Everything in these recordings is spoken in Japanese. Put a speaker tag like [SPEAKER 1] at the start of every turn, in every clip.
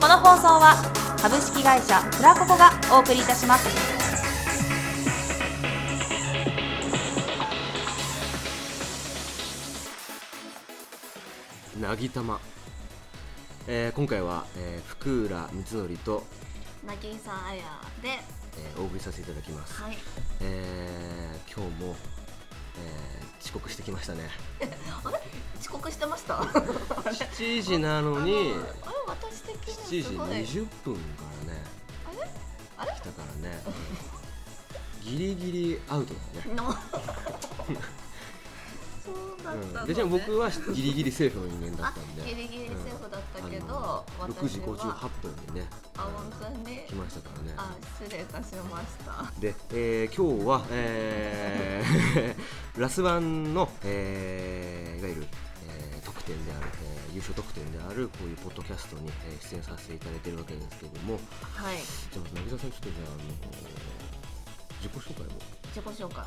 [SPEAKER 1] この放送は株式会社フラココがお送りいたします
[SPEAKER 2] なぎたま、えー今回は、えー福浦光則と、
[SPEAKER 3] なぎさあやで、
[SPEAKER 2] えーお送りさせていただきます、
[SPEAKER 3] はい、
[SPEAKER 2] えー今日も、えー遅刻してきましたね
[SPEAKER 3] 遅刻してました。あれ、
[SPEAKER 2] 7時なのに
[SPEAKER 3] 私的にはすごい。
[SPEAKER 2] 7時20分からね
[SPEAKER 3] あれ
[SPEAKER 2] 来たからねギリギリアウトだ ね
[SPEAKER 3] の。そうだったの、ね
[SPEAKER 2] うん、でじゃあ僕はギリギリセーフの人間だ
[SPEAKER 3] あ
[SPEAKER 2] ったんで
[SPEAKER 3] ギリギリセーフだったけど、
[SPEAKER 2] あの6時
[SPEAKER 3] 私は
[SPEAKER 2] 58分にね
[SPEAKER 3] あ本当に
[SPEAKER 2] 来ましたからね
[SPEAKER 3] あ失礼いたしました。
[SPEAKER 2] で、えー今日は、えー ラスワンの、えーいわゆる、えー、特典である、えー優勝特典であるこういうポッドキャストに、えー出演させていただいているわけですけれども
[SPEAKER 3] はい
[SPEAKER 2] じゃあまず渚さんちょっとじゃあ、あの自己紹介を
[SPEAKER 3] 自己紹介。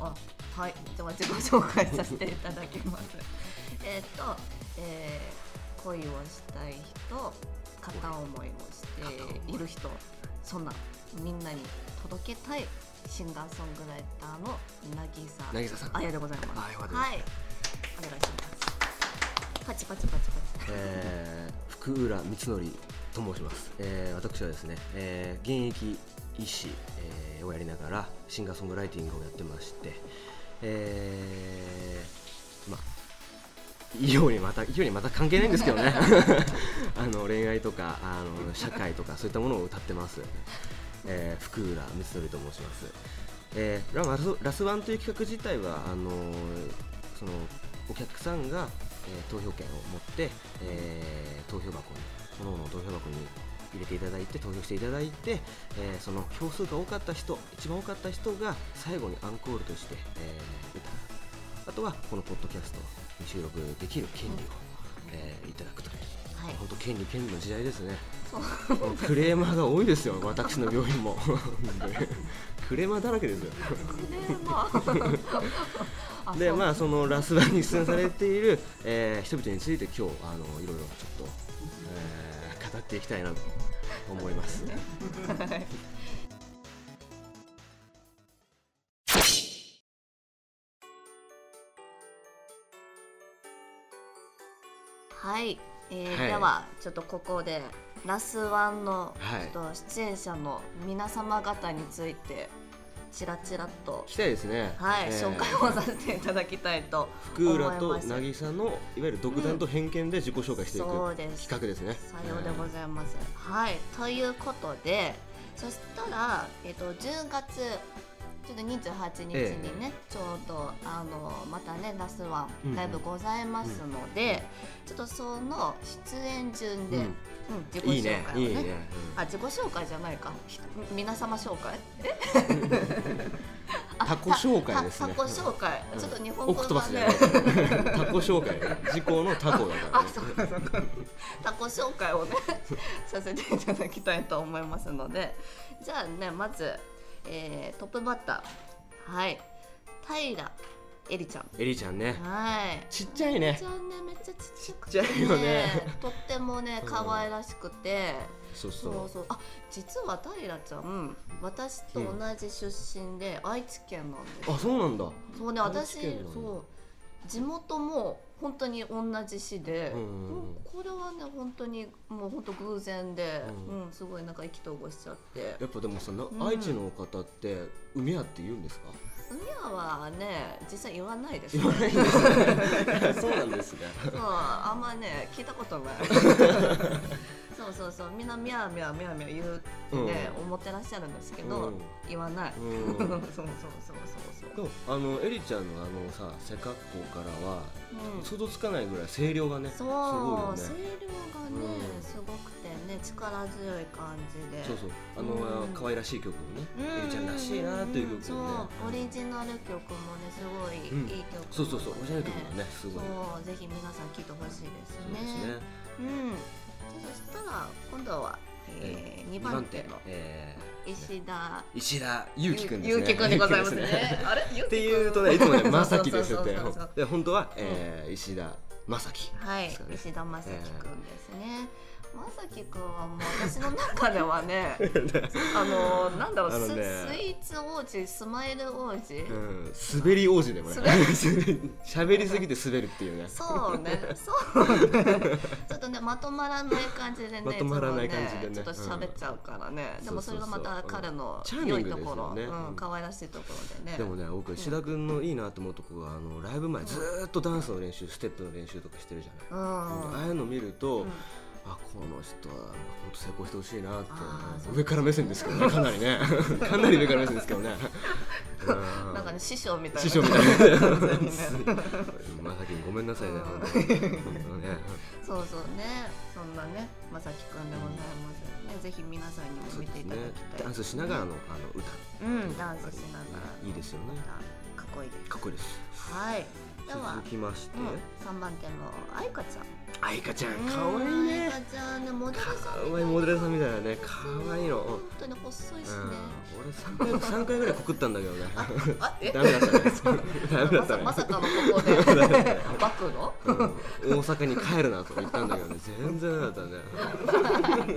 [SPEAKER 3] あはいでは自己紹介させていただきます。 えっと、えー、恋をしたい人片思いをしている人そんなみんなに届けたいシンガーソングライターの渚
[SPEAKER 2] 渚さん
[SPEAKER 3] あやでございます。
[SPEAKER 2] あ
[SPEAKER 3] は
[SPEAKER 2] や
[SPEAKER 3] い、
[SPEAKER 2] でご
[SPEAKER 3] お
[SPEAKER 2] ざいます
[SPEAKER 3] 願いします。パチパチパチパチ。
[SPEAKER 2] えー福浦光則と申します、えー私はですね、えー現役医師、えーをやりながらシンガーソングライティングをやってまして、えーまあ医療にまた医療にまた関係ないんですけどね あの恋愛とかあの社会とかそういったものを歌ってます、えー福浦光則と申します、えーララスラスワンという企画自体はあのーそのお客さんが、えー投票権を持って、えー投票箱に各々の投票箱に入れていただいて投票していただいて、えーその票数が多かった人一番多かった人が最後にアンコールとして、えー歌うあとはこのポッドキャストに収録できる権利を、えーいただくという
[SPEAKER 3] はい。
[SPEAKER 2] 本当権利権利の時代ですね
[SPEAKER 3] そう
[SPEAKER 2] もうクレーマーが多いですよ私の 病院も本当にクレーマーだらけですよ
[SPEAKER 3] でまああ
[SPEAKER 2] で
[SPEAKER 3] そう
[SPEAKER 2] まあそのラスワンに出演されている、えー人々について今日あのいろいろちょっと、えー語っていきたいなと思 います。
[SPEAKER 3] はい、えー
[SPEAKER 2] はい
[SPEAKER 3] ではちょっとここでラスワンの
[SPEAKER 2] はい
[SPEAKER 3] ちょっと出演者の皆様方についてちらちらっと
[SPEAKER 2] 聞、きたいですね。
[SPEAKER 3] はい
[SPEAKER 2] えー
[SPEAKER 3] 紹介をさせていただきたいと
[SPEAKER 2] 福
[SPEAKER 3] 思い
[SPEAKER 2] 浦と
[SPEAKER 3] ます。
[SPEAKER 2] 渚のいわゆる独断と偏見で自己紹介していく
[SPEAKER 3] そう
[SPEAKER 2] 企
[SPEAKER 3] です
[SPEAKER 2] 画ですね。
[SPEAKER 3] さようでご
[SPEAKER 2] い
[SPEAKER 3] ざいます。はいということでそしたら、えっと10月ちょっと28日にね、ちょうどあのまたねラスワ
[SPEAKER 2] うんう
[SPEAKER 3] ン
[SPEAKER 2] ん
[SPEAKER 3] ライブございますので、ちょっとその出演順で、
[SPEAKER 2] う
[SPEAKER 3] うんん自己
[SPEAKER 2] いいね
[SPEAKER 3] 紹介を
[SPEAKER 2] いいね。
[SPEAKER 3] ねあ自己紹介じゃないかひ皆様紹介
[SPEAKER 2] うんタコ紹介です
[SPEAKER 3] タ
[SPEAKER 2] ね。
[SPEAKER 3] コ紹介、ちょっと日本
[SPEAKER 2] オクト
[SPEAKER 3] 語
[SPEAKER 2] パ
[SPEAKER 3] が
[SPEAKER 2] スじゃ
[SPEAKER 3] ね
[SPEAKER 2] ない。タコ紹介。自己のタコだから
[SPEAKER 3] あ
[SPEAKER 2] ね。
[SPEAKER 3] そうかそうかタコ紹介をね させていただきたいと思いますのでじゃあねまず、えートップバッターはい平エリちゃん
[SPEAKER 2] エリちゃんね。
[SPEAKER 3] はい
[SPEAKER 2] ちっちゃい
[SPEAKER 3] めっ
[SPEAKER 2] ね
[SPEAKER 3] ち。ゃねめっちゃちっちゃく
[SPEAKER 2] ちっちゃいよね
[SPEAKER 3] とってもね
[SPEAKER 2] うん
[SPEAKER 3] 可愛らしくて、
[SPEAKER 2] そうそう。
[SPEAKER 3] そうそうあ実は平ちゃん私と同じ出身で、愛知県なんです
[SPEAKER 2] あ、そうなんだ。
[SPEAKER 3] そうね
[SPEAKER 2] 愛
[SPEAKER 3] 私
[SPEAKER 2] 知県なんだ
[SPEAKER 3] そう地元も本当に同じ市で、
[SPEAKER 2] うんうんうん
[SPEAKER 3] もうこれはね本当にもう本当偶然で、
[SPEAKER 2] う
[SPEAKER 3] うんすごいなんか意気投合しちゃって
[SPEAKER 2] やっぱでもさ、なん愛知の方って海屋って言うんです か？
[SPEAKER 3] 海屋はね実際言わないです
[SPEAKER 2] 言わないんですね。そうなんですね。
[SPEAKER 3] そうあんまね聞いたことない そうそうそうみんなみやみやみやみや言うってね、思ってらっしゃるんですけど、
[SPEAKER 2] うん
[SPEAKER 3] 言わない、
[SPEAKER 2] うん
[SPEAKER 3] そうそうそうそう
[SPEAKER 2] で
[SPEAKER 3] そう
[SPEAKER 2] もあのエリちゃんのあのさ背格好からは
[SPEAKER 3] うん
[SPEAKER 2] 想像つかないぐらい声量がねすごい
[SPEAKER 3] そう、
[SPEAKER 2] よね
[SPEAKER 3] 声量がね、
[SPEAKER 2] うん
[SPEAKER 3] すごくてね、ね力強い感じで
[SPEAKER 2] そうそうあの、
[SPEAKER 3] うん
[SPEAKER 2] 可愛らしい曲もね、
[SPEAKER 3] うん
[SPEAKER 2] エリちゃんらしいなという曲もね
[SPEAKER 3] そうオリジナル曲もねすごい
[SPEAKER 2] うん
[SPEAKER 3] いい曲なので、
[SPEAKER 2] そうそうそうおしゃれな曲もねすごい
[SPEAKER 3] そうぜひ皆さん聴いてほしいです
[SPEAKER 2] そう
[SPEAKER 3] ね
[SPEAKER 2] ですね
[SPEAKER 3] うんそしたら今度は、えー
[SPEAKER 2] 二
[SPEAKER 3] 2番手の
[SPEAKER 2] えー
[SPEAKER 3] 石田
[SPEAKER 2] 石田裕貴くんですね
[SPEAKER 3] ゆうきくんでございますね
[SPEAKER 2] ゆうきくんですね
[SPEAKER 3] あれゆうきくん
[SPEAKER 2] っていうとねいつもね
[SPEAKER 3] そうそうそうそう
[SPEAKER 2] まさきですよって
[SPEAKER 3] そうそうそう
[SPEAKER 2] で本当は、えー、石田まさき
[SPEAKER 3] はい、
[SPEAKER 2] ですかね
[SPEAKER 3] 石田まさきくんですね。まさきくんはもう私の中では ね、あのなんだろう、
[SPEAKER 2] あの
[SPEAKER 3] スス
[SPEAKER 2] ね
[SPEAKER 3] イーツ王子、スマイル王子、
[SPEAKER 2] うん滑り王子でもね
[SPEAKER 3] 滑
[SPEAKER 2] 喋りすぎて滑るっていうね
[SPEAKER 3] そうね、そうね、ちょっとねまとまらない感じでね、
[SPEAKER 2] まとまらない
[SPEAKER 3] いつも
[SPEAKER 2] 感じでね
[SPEAKER 3] ちょっと喋っちゃうからね。
[SPEAKER 2] うん
[SPEAKER 3] でもそれがまた彼の
[SPEAKER 2] そうそうそう
[SPEAKER 3] 良
[SPEAKER 2] うん
[SPEAKER 3] いところ、
[SPEAKER 2] チャーミングですよね
[SPEAKER 3] うん、可愛らしいところでね。
[SPEAKER 2] でもね僕石田君のいいなと思うとこはあのライブ前ずーっとダンスの練習ステップの練習とかしてるじゃない
[SPEAKER 3] うん、
[SPEAKER 2] ああいうの見ると、
[SPEAKER 3] うん
[SPEAKER 2] あこの人は本当成功してほしいなって
[SPEAKER 3] あーそう
[SPEAKER 2] 上から目線ですけどねかなり ねかなり上から目線ですけどねうん
[SPEAKER 3] なんかね師匠みたいな。
[SPEAKER 2] 師匠みたいな
[SPEAKER 3] 完全にね
[SPEAKER 2] まさきごめんなさいね
[SPEAKER 3] うん
[SPEAKER 2] 本当に本当ね
[SPEAKER 3] そうそうね、そんなね、まさきくんでございます、ね。ぜひ皆さんにも
[SPEAKER 2] そう
[SPEAKER 3] 見
[SPEAKER 2] で
[SPEAKER 3] て
[SPEAKER 2] す
[SPEAKER 3] い
[SPEAKER 2] ね
[SPEAKER 3] ただきたい。
[SPEAKER 2] ダンスしながらのあの歌
[SPEAKER 3] うん、ダンスしながら。
[SPEAKER 2] いいですよね
[SPEAKER 3] かっこいいです。
[SPEAKER 2] かっこいいです
[SPEAKER 3] はい。では
[SPEAKER 2] 続、きまして、
[SPEAKER 3] うん、三番手のあいかちゃん。
[SPEAKER 2] あいかちゃんかわいい
[SPEAKER 3] うんあい
[SPEAKER 2] ね
[SPEAKER 3] かちゃんね、モデルさんみたいな。
[SPEAKER 2] かわいいモデルさんみたいなねかわいいのうん
[SPEAKER 3] 本当に細いしね。
[SPEAKER 2] 俺三回三回ぐらい告ったんだけどね
[SPEAKER 3] あ、え
[SPEAKER 2] ダメだったねダメだったね
[SPEAKER 3] まさまさかのここで暴くの？
[SPEAKER 2] うん大阪に帰るなとか言ったんだけどね全然なかったね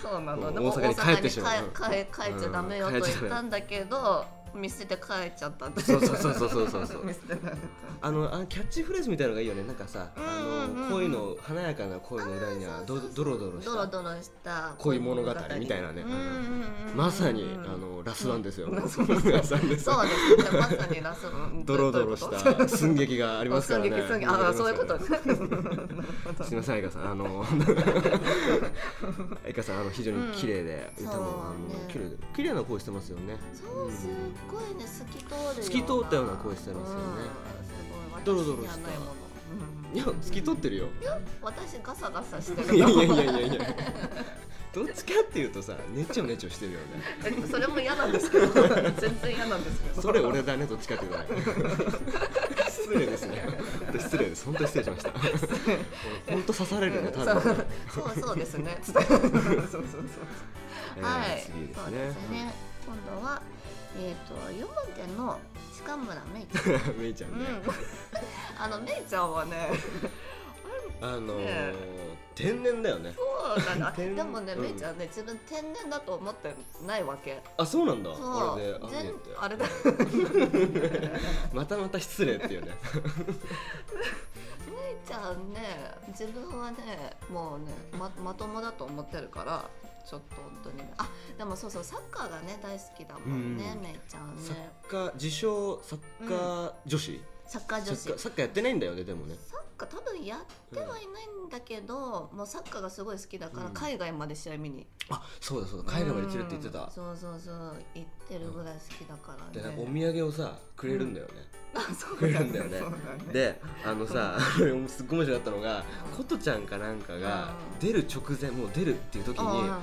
[SPEAKER 3] そうな
[SPEAKER 2] も
[SPEAKER 3] の。
[SPEAKER 2] う
[SPEAKER 3] でも
[SPEAKER 2] 大阪に帰ってしまう
[SPEAKER 3] 大阪に帰帰帰っちゃダメよ
[SPEAKER 2] う
[SPEAKER 3] と言
[SPEAKER 2] ん
[SPEAKER 3] っ
[SPEAKER 2] 帰っちゃダメ
[SPEAKER 3] たんだけど、見捨てて帰っちゃったんだ。
[SPEAKER 2] そうそうそうそうそうそ うそう
[SPEAKER 3] 見捨てられた。
[SPEAKER 2] あのあキャッチフレーズみたいのがいいよねなんかさあ
[SPEAKER 3] うんうんうん
[SPEAKER 2] の恋の華やかな恋の裏にはドドロドロし
[SPEAKER 3] ドロ
[SPEAKER 2] た
[SPEAKER 3] ドロした
[SPEAKER 2] 恋物語みたいなね
[SPEAKER 3] うんうんうん
[SPEAKER 2] まさに
[SPEAKER 3] うん
[SPEAKER 2] あのラスワンですよ ラス
[SPEAKER 3] そ
[SPEAKER 2] ワ
[SPEAKER 3] うそう
[SPEAKER 2] ンです
[SPEAKER 3] そうですねまさにラスうん
[SPEAKER 2] ドロドロし
[SPEAKER 3] どういうこ
[SPEAKER 2] た寸劇があり
[SPEAKER 3] と
[SPEAKER 2] ますからね
[SPEAKER 3] 寸劇寸劇ああそういうことね
[SPEAKER 2] すみません、あいかさん、あの。あいかさん、あの、非常に綺麗で、
[SPEAKER 3] うん
[SPEAKER 2] 歌も、あの
[SPEAKER 3] そうね、
[SPEAKER 2] 綺麗で、綺麗な声してますよね。
[SPEAKER 3] そうすっごいね透き通る
[SPEAKER 2] 透き通ったような声してますよね
[SPEAKER 3] うんすごい
[SPEAKER 2] ドロドロした
[SPEAKER 3] 私にはないものうん
[SPEAKER 2] いや、透き通ってるよ。
[SPEAKER 3] 私ガサガサして
[SPEAKER 2] い
[SPEAKER 3] る
[SPEAKER 2] やいやいやいやいや。どっちかっていうとさ、ねちょねちょしてるよね。
[SPEAKER 3] それも嫌なんですけど全然嫌なんですけど
[SPEAKER 2] それ俺だね、どっちかっていうとね。失礼ですね。本当失礼です。本当失礼しました。本当刺されるね、多分。
[SPEAKER 3] そうそうそうですね。そうそうそう。
[SPEAKER 2] えー
[SPEAKER 3] はい。
[SPEAKER 2] 次ですね
[SPEAKER 3] そうですね。今度はえっ、と四番手の近村めいちゃん。
[SPEAKER 2] めいちゃん
[SPEAKER 3] うん
[SPEAKER 2] ね。。
[SPEAKER 3] あのめいちゃんはね、
[SPEAKER 2] あの
[SPEAKER 3] ね
[SPEAKER 2] ー、天然だよね。
[SPEAKER 3] そうだな。
[SPEAKER 2] 天
[SPEAKER 3] でもね
[SPEAKER 2] うん
[SPEAKER 3] めいちゃんね自分天然だと思ってないわけ。
[SPEAKER 2] あ、そうなんだ。
[SPEAKER 3] そ
[SPEAKER 2] あ
[SPEAKER 3] う。
[SPEAKER 2] れで、あれ
[SPEAKER 3] 全
[SPEAKER 2] で。
[SPEAKER 3] あ れだ。
[SPEAKER 2] またまた失礼 っていうね。
[SPEAKER 3] めいちゃんね自分はねもうねままともだと思ってるから。ちょっと本当にねあでもそうそうサッカーがね大好きだもんね、
[SPEAKER 2] うん
[SPEAKER 3] めいちゃん
[SPEAKER 2] サ
[SPEAKER 3] ね
[SPEAKER 2] ッカー自称サッカー女子、
[SPEAKER 3] サッカー
[SPEAKER 2] サ
[SPEAKER 3] 女
[SPEAKER 2] ッ
[SPEAKER 3] 子
[SPEAKER 2] カーサッカーやってないんだよねでもね
[SPEAKER 3] サッカー多分やってはいないんだけど、もうサッカーがすごい好きだから
[SPEAKER 2] うん
[SPEAKER 3] 海外まで試合見に、
[SPEAKER 2] あそうだそうだ海外まで連れて行ってた
[SPEAKER 3] うん、そうそうそう行ってるぐらい好きだから
[SPEAKER 2] でなん
[SPEAKER 3] ね、
[SPEAKER 2] かお土産をさくれるんだよね、
[SPEAKER 3] あそう
[SPEAKER 2] くれるんだよね
[SPEAKER 3] そうね
[SPEAKER 2] であのさ すっごい面白かったのが琴ちゃんかなんか
[SPEAKER 3] う
[SPEAKER 2] が出る直前もう出るっていう時
[SPEAKER 3] あはい
[SPEAKER 2] に
[SPEAKER 3] はい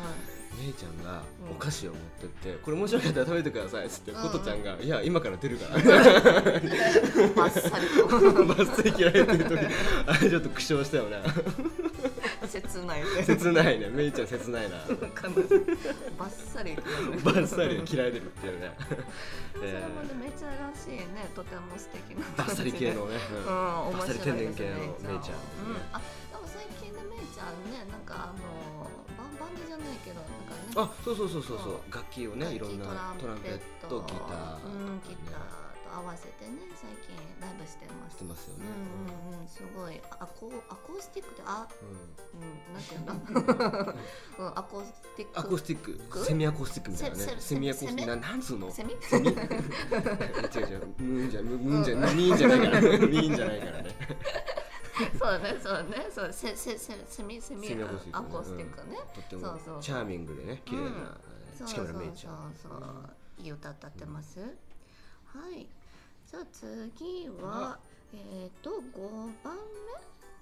[SPEAKER 2] めいちゃんが
[SPEAKER 3] うん
[SPEAKER 2] お菓子を持ってって「これ面白かったら食べてください」っつって
[SPEAKER 3] うんうん
[SPEAKER 2] 琴ちゃんが「いや今から出るから」
[SPEAKER 3] バッサリと
[SPEAKER 2] バッサリ切られてる時 あれちょっと苦笑したよね
[SPEAKER 3] 切ないで
[SPEAKER 2] 切ないねめいちゃん切ないな
[SPEAKER 3] 彼女バッサリ
[SPEAKER 2] バッサリ切られてるっていうね
[SPEAKER 3] それ
[SPEAKER 2] え
[SPEAKER 3] もね
[SPEAKER 2] ー
[SPEAKER 3] めちゃらしいねとても素敵な
[SPEAKER 2] バッサリ系のね、
[SPEAKER 3] うん、
[SPEAKER 2] うん
[SPEAKER 3] 面
[SPEAKER 2] バ
[SPEAKER 3] 白
[SPEAKER 2] ッサ
[SPEAKER 3] い
[SPEAKER 2] リ
[SPEAKER 3] です
[SPEAKER 2] 天
[SPEAKER 3] ね
[SPEAKER 2] 然系のメイちゃ
[SPEAKER 3] う
[SPEAKER 2] ん
[SPEAKER 3] ん、あ、でも最近のメイちゃんね、なんかあのバンバンドじゃないけど、なんかね。
[SPEAKER 2] あそうそうそうそうそう
[SPEAKER 3] そ
[SPEAKER 2] 楽器をねいろんなトランペットギター、
[SPEAKER 3] うん、ギタ
[SPEAKER 2] ね
[SPEAKER 3] ーと合わせてね最近ライブしてま
[SPEAKER 2] し
[SPEAKER 3] す
[SPEAKER 2] てますよ
[SPEAKER 3] う
[SPEAKER 2] ね、
[SPEAKER 3] んうんうんすごいアコアコースティックであ
[SPEAKER 2] う
[SPEAKER 3] うん
[SPEAKER 2] ん
[SPEAKER 3] なんていうのう んアコースティック
[SPEAKER 2] アコースティックセミアコースティックみたいなね
[SPEAKER 3] セセ
[SPEAKER 2] セミアコースティッ
[SPEAKER 3] セ
[SPEAKER 2] クななんつうの
[SPEAKER 3] セミ
[SPEAKER 2] 違う違うムーンじゃムムーンじゃムーンじゃない からムーンじゃないからね
[SPEAKER 3] そうねそうねそうセセセセミセミ
[SPEAKER 2] セミアコースティックね
[SPEAKER 3] アコースティックね
[SPEAKER 2] とって
[SPEAKER 3] そ
[SPEAKER 2] も
[SPEAKER 3] うそう
[SPEAKER 2] チャーミングでね綺麗な、
[SPEAKER 3] そうそ
[SPEAKER 2] 近
[SPEAKER 3] う
[SPEAKER 2] 村めいちゃん
[SPEAKER 3] そうそういい歌歌ってます、はいじゃあ次はえっ、と5番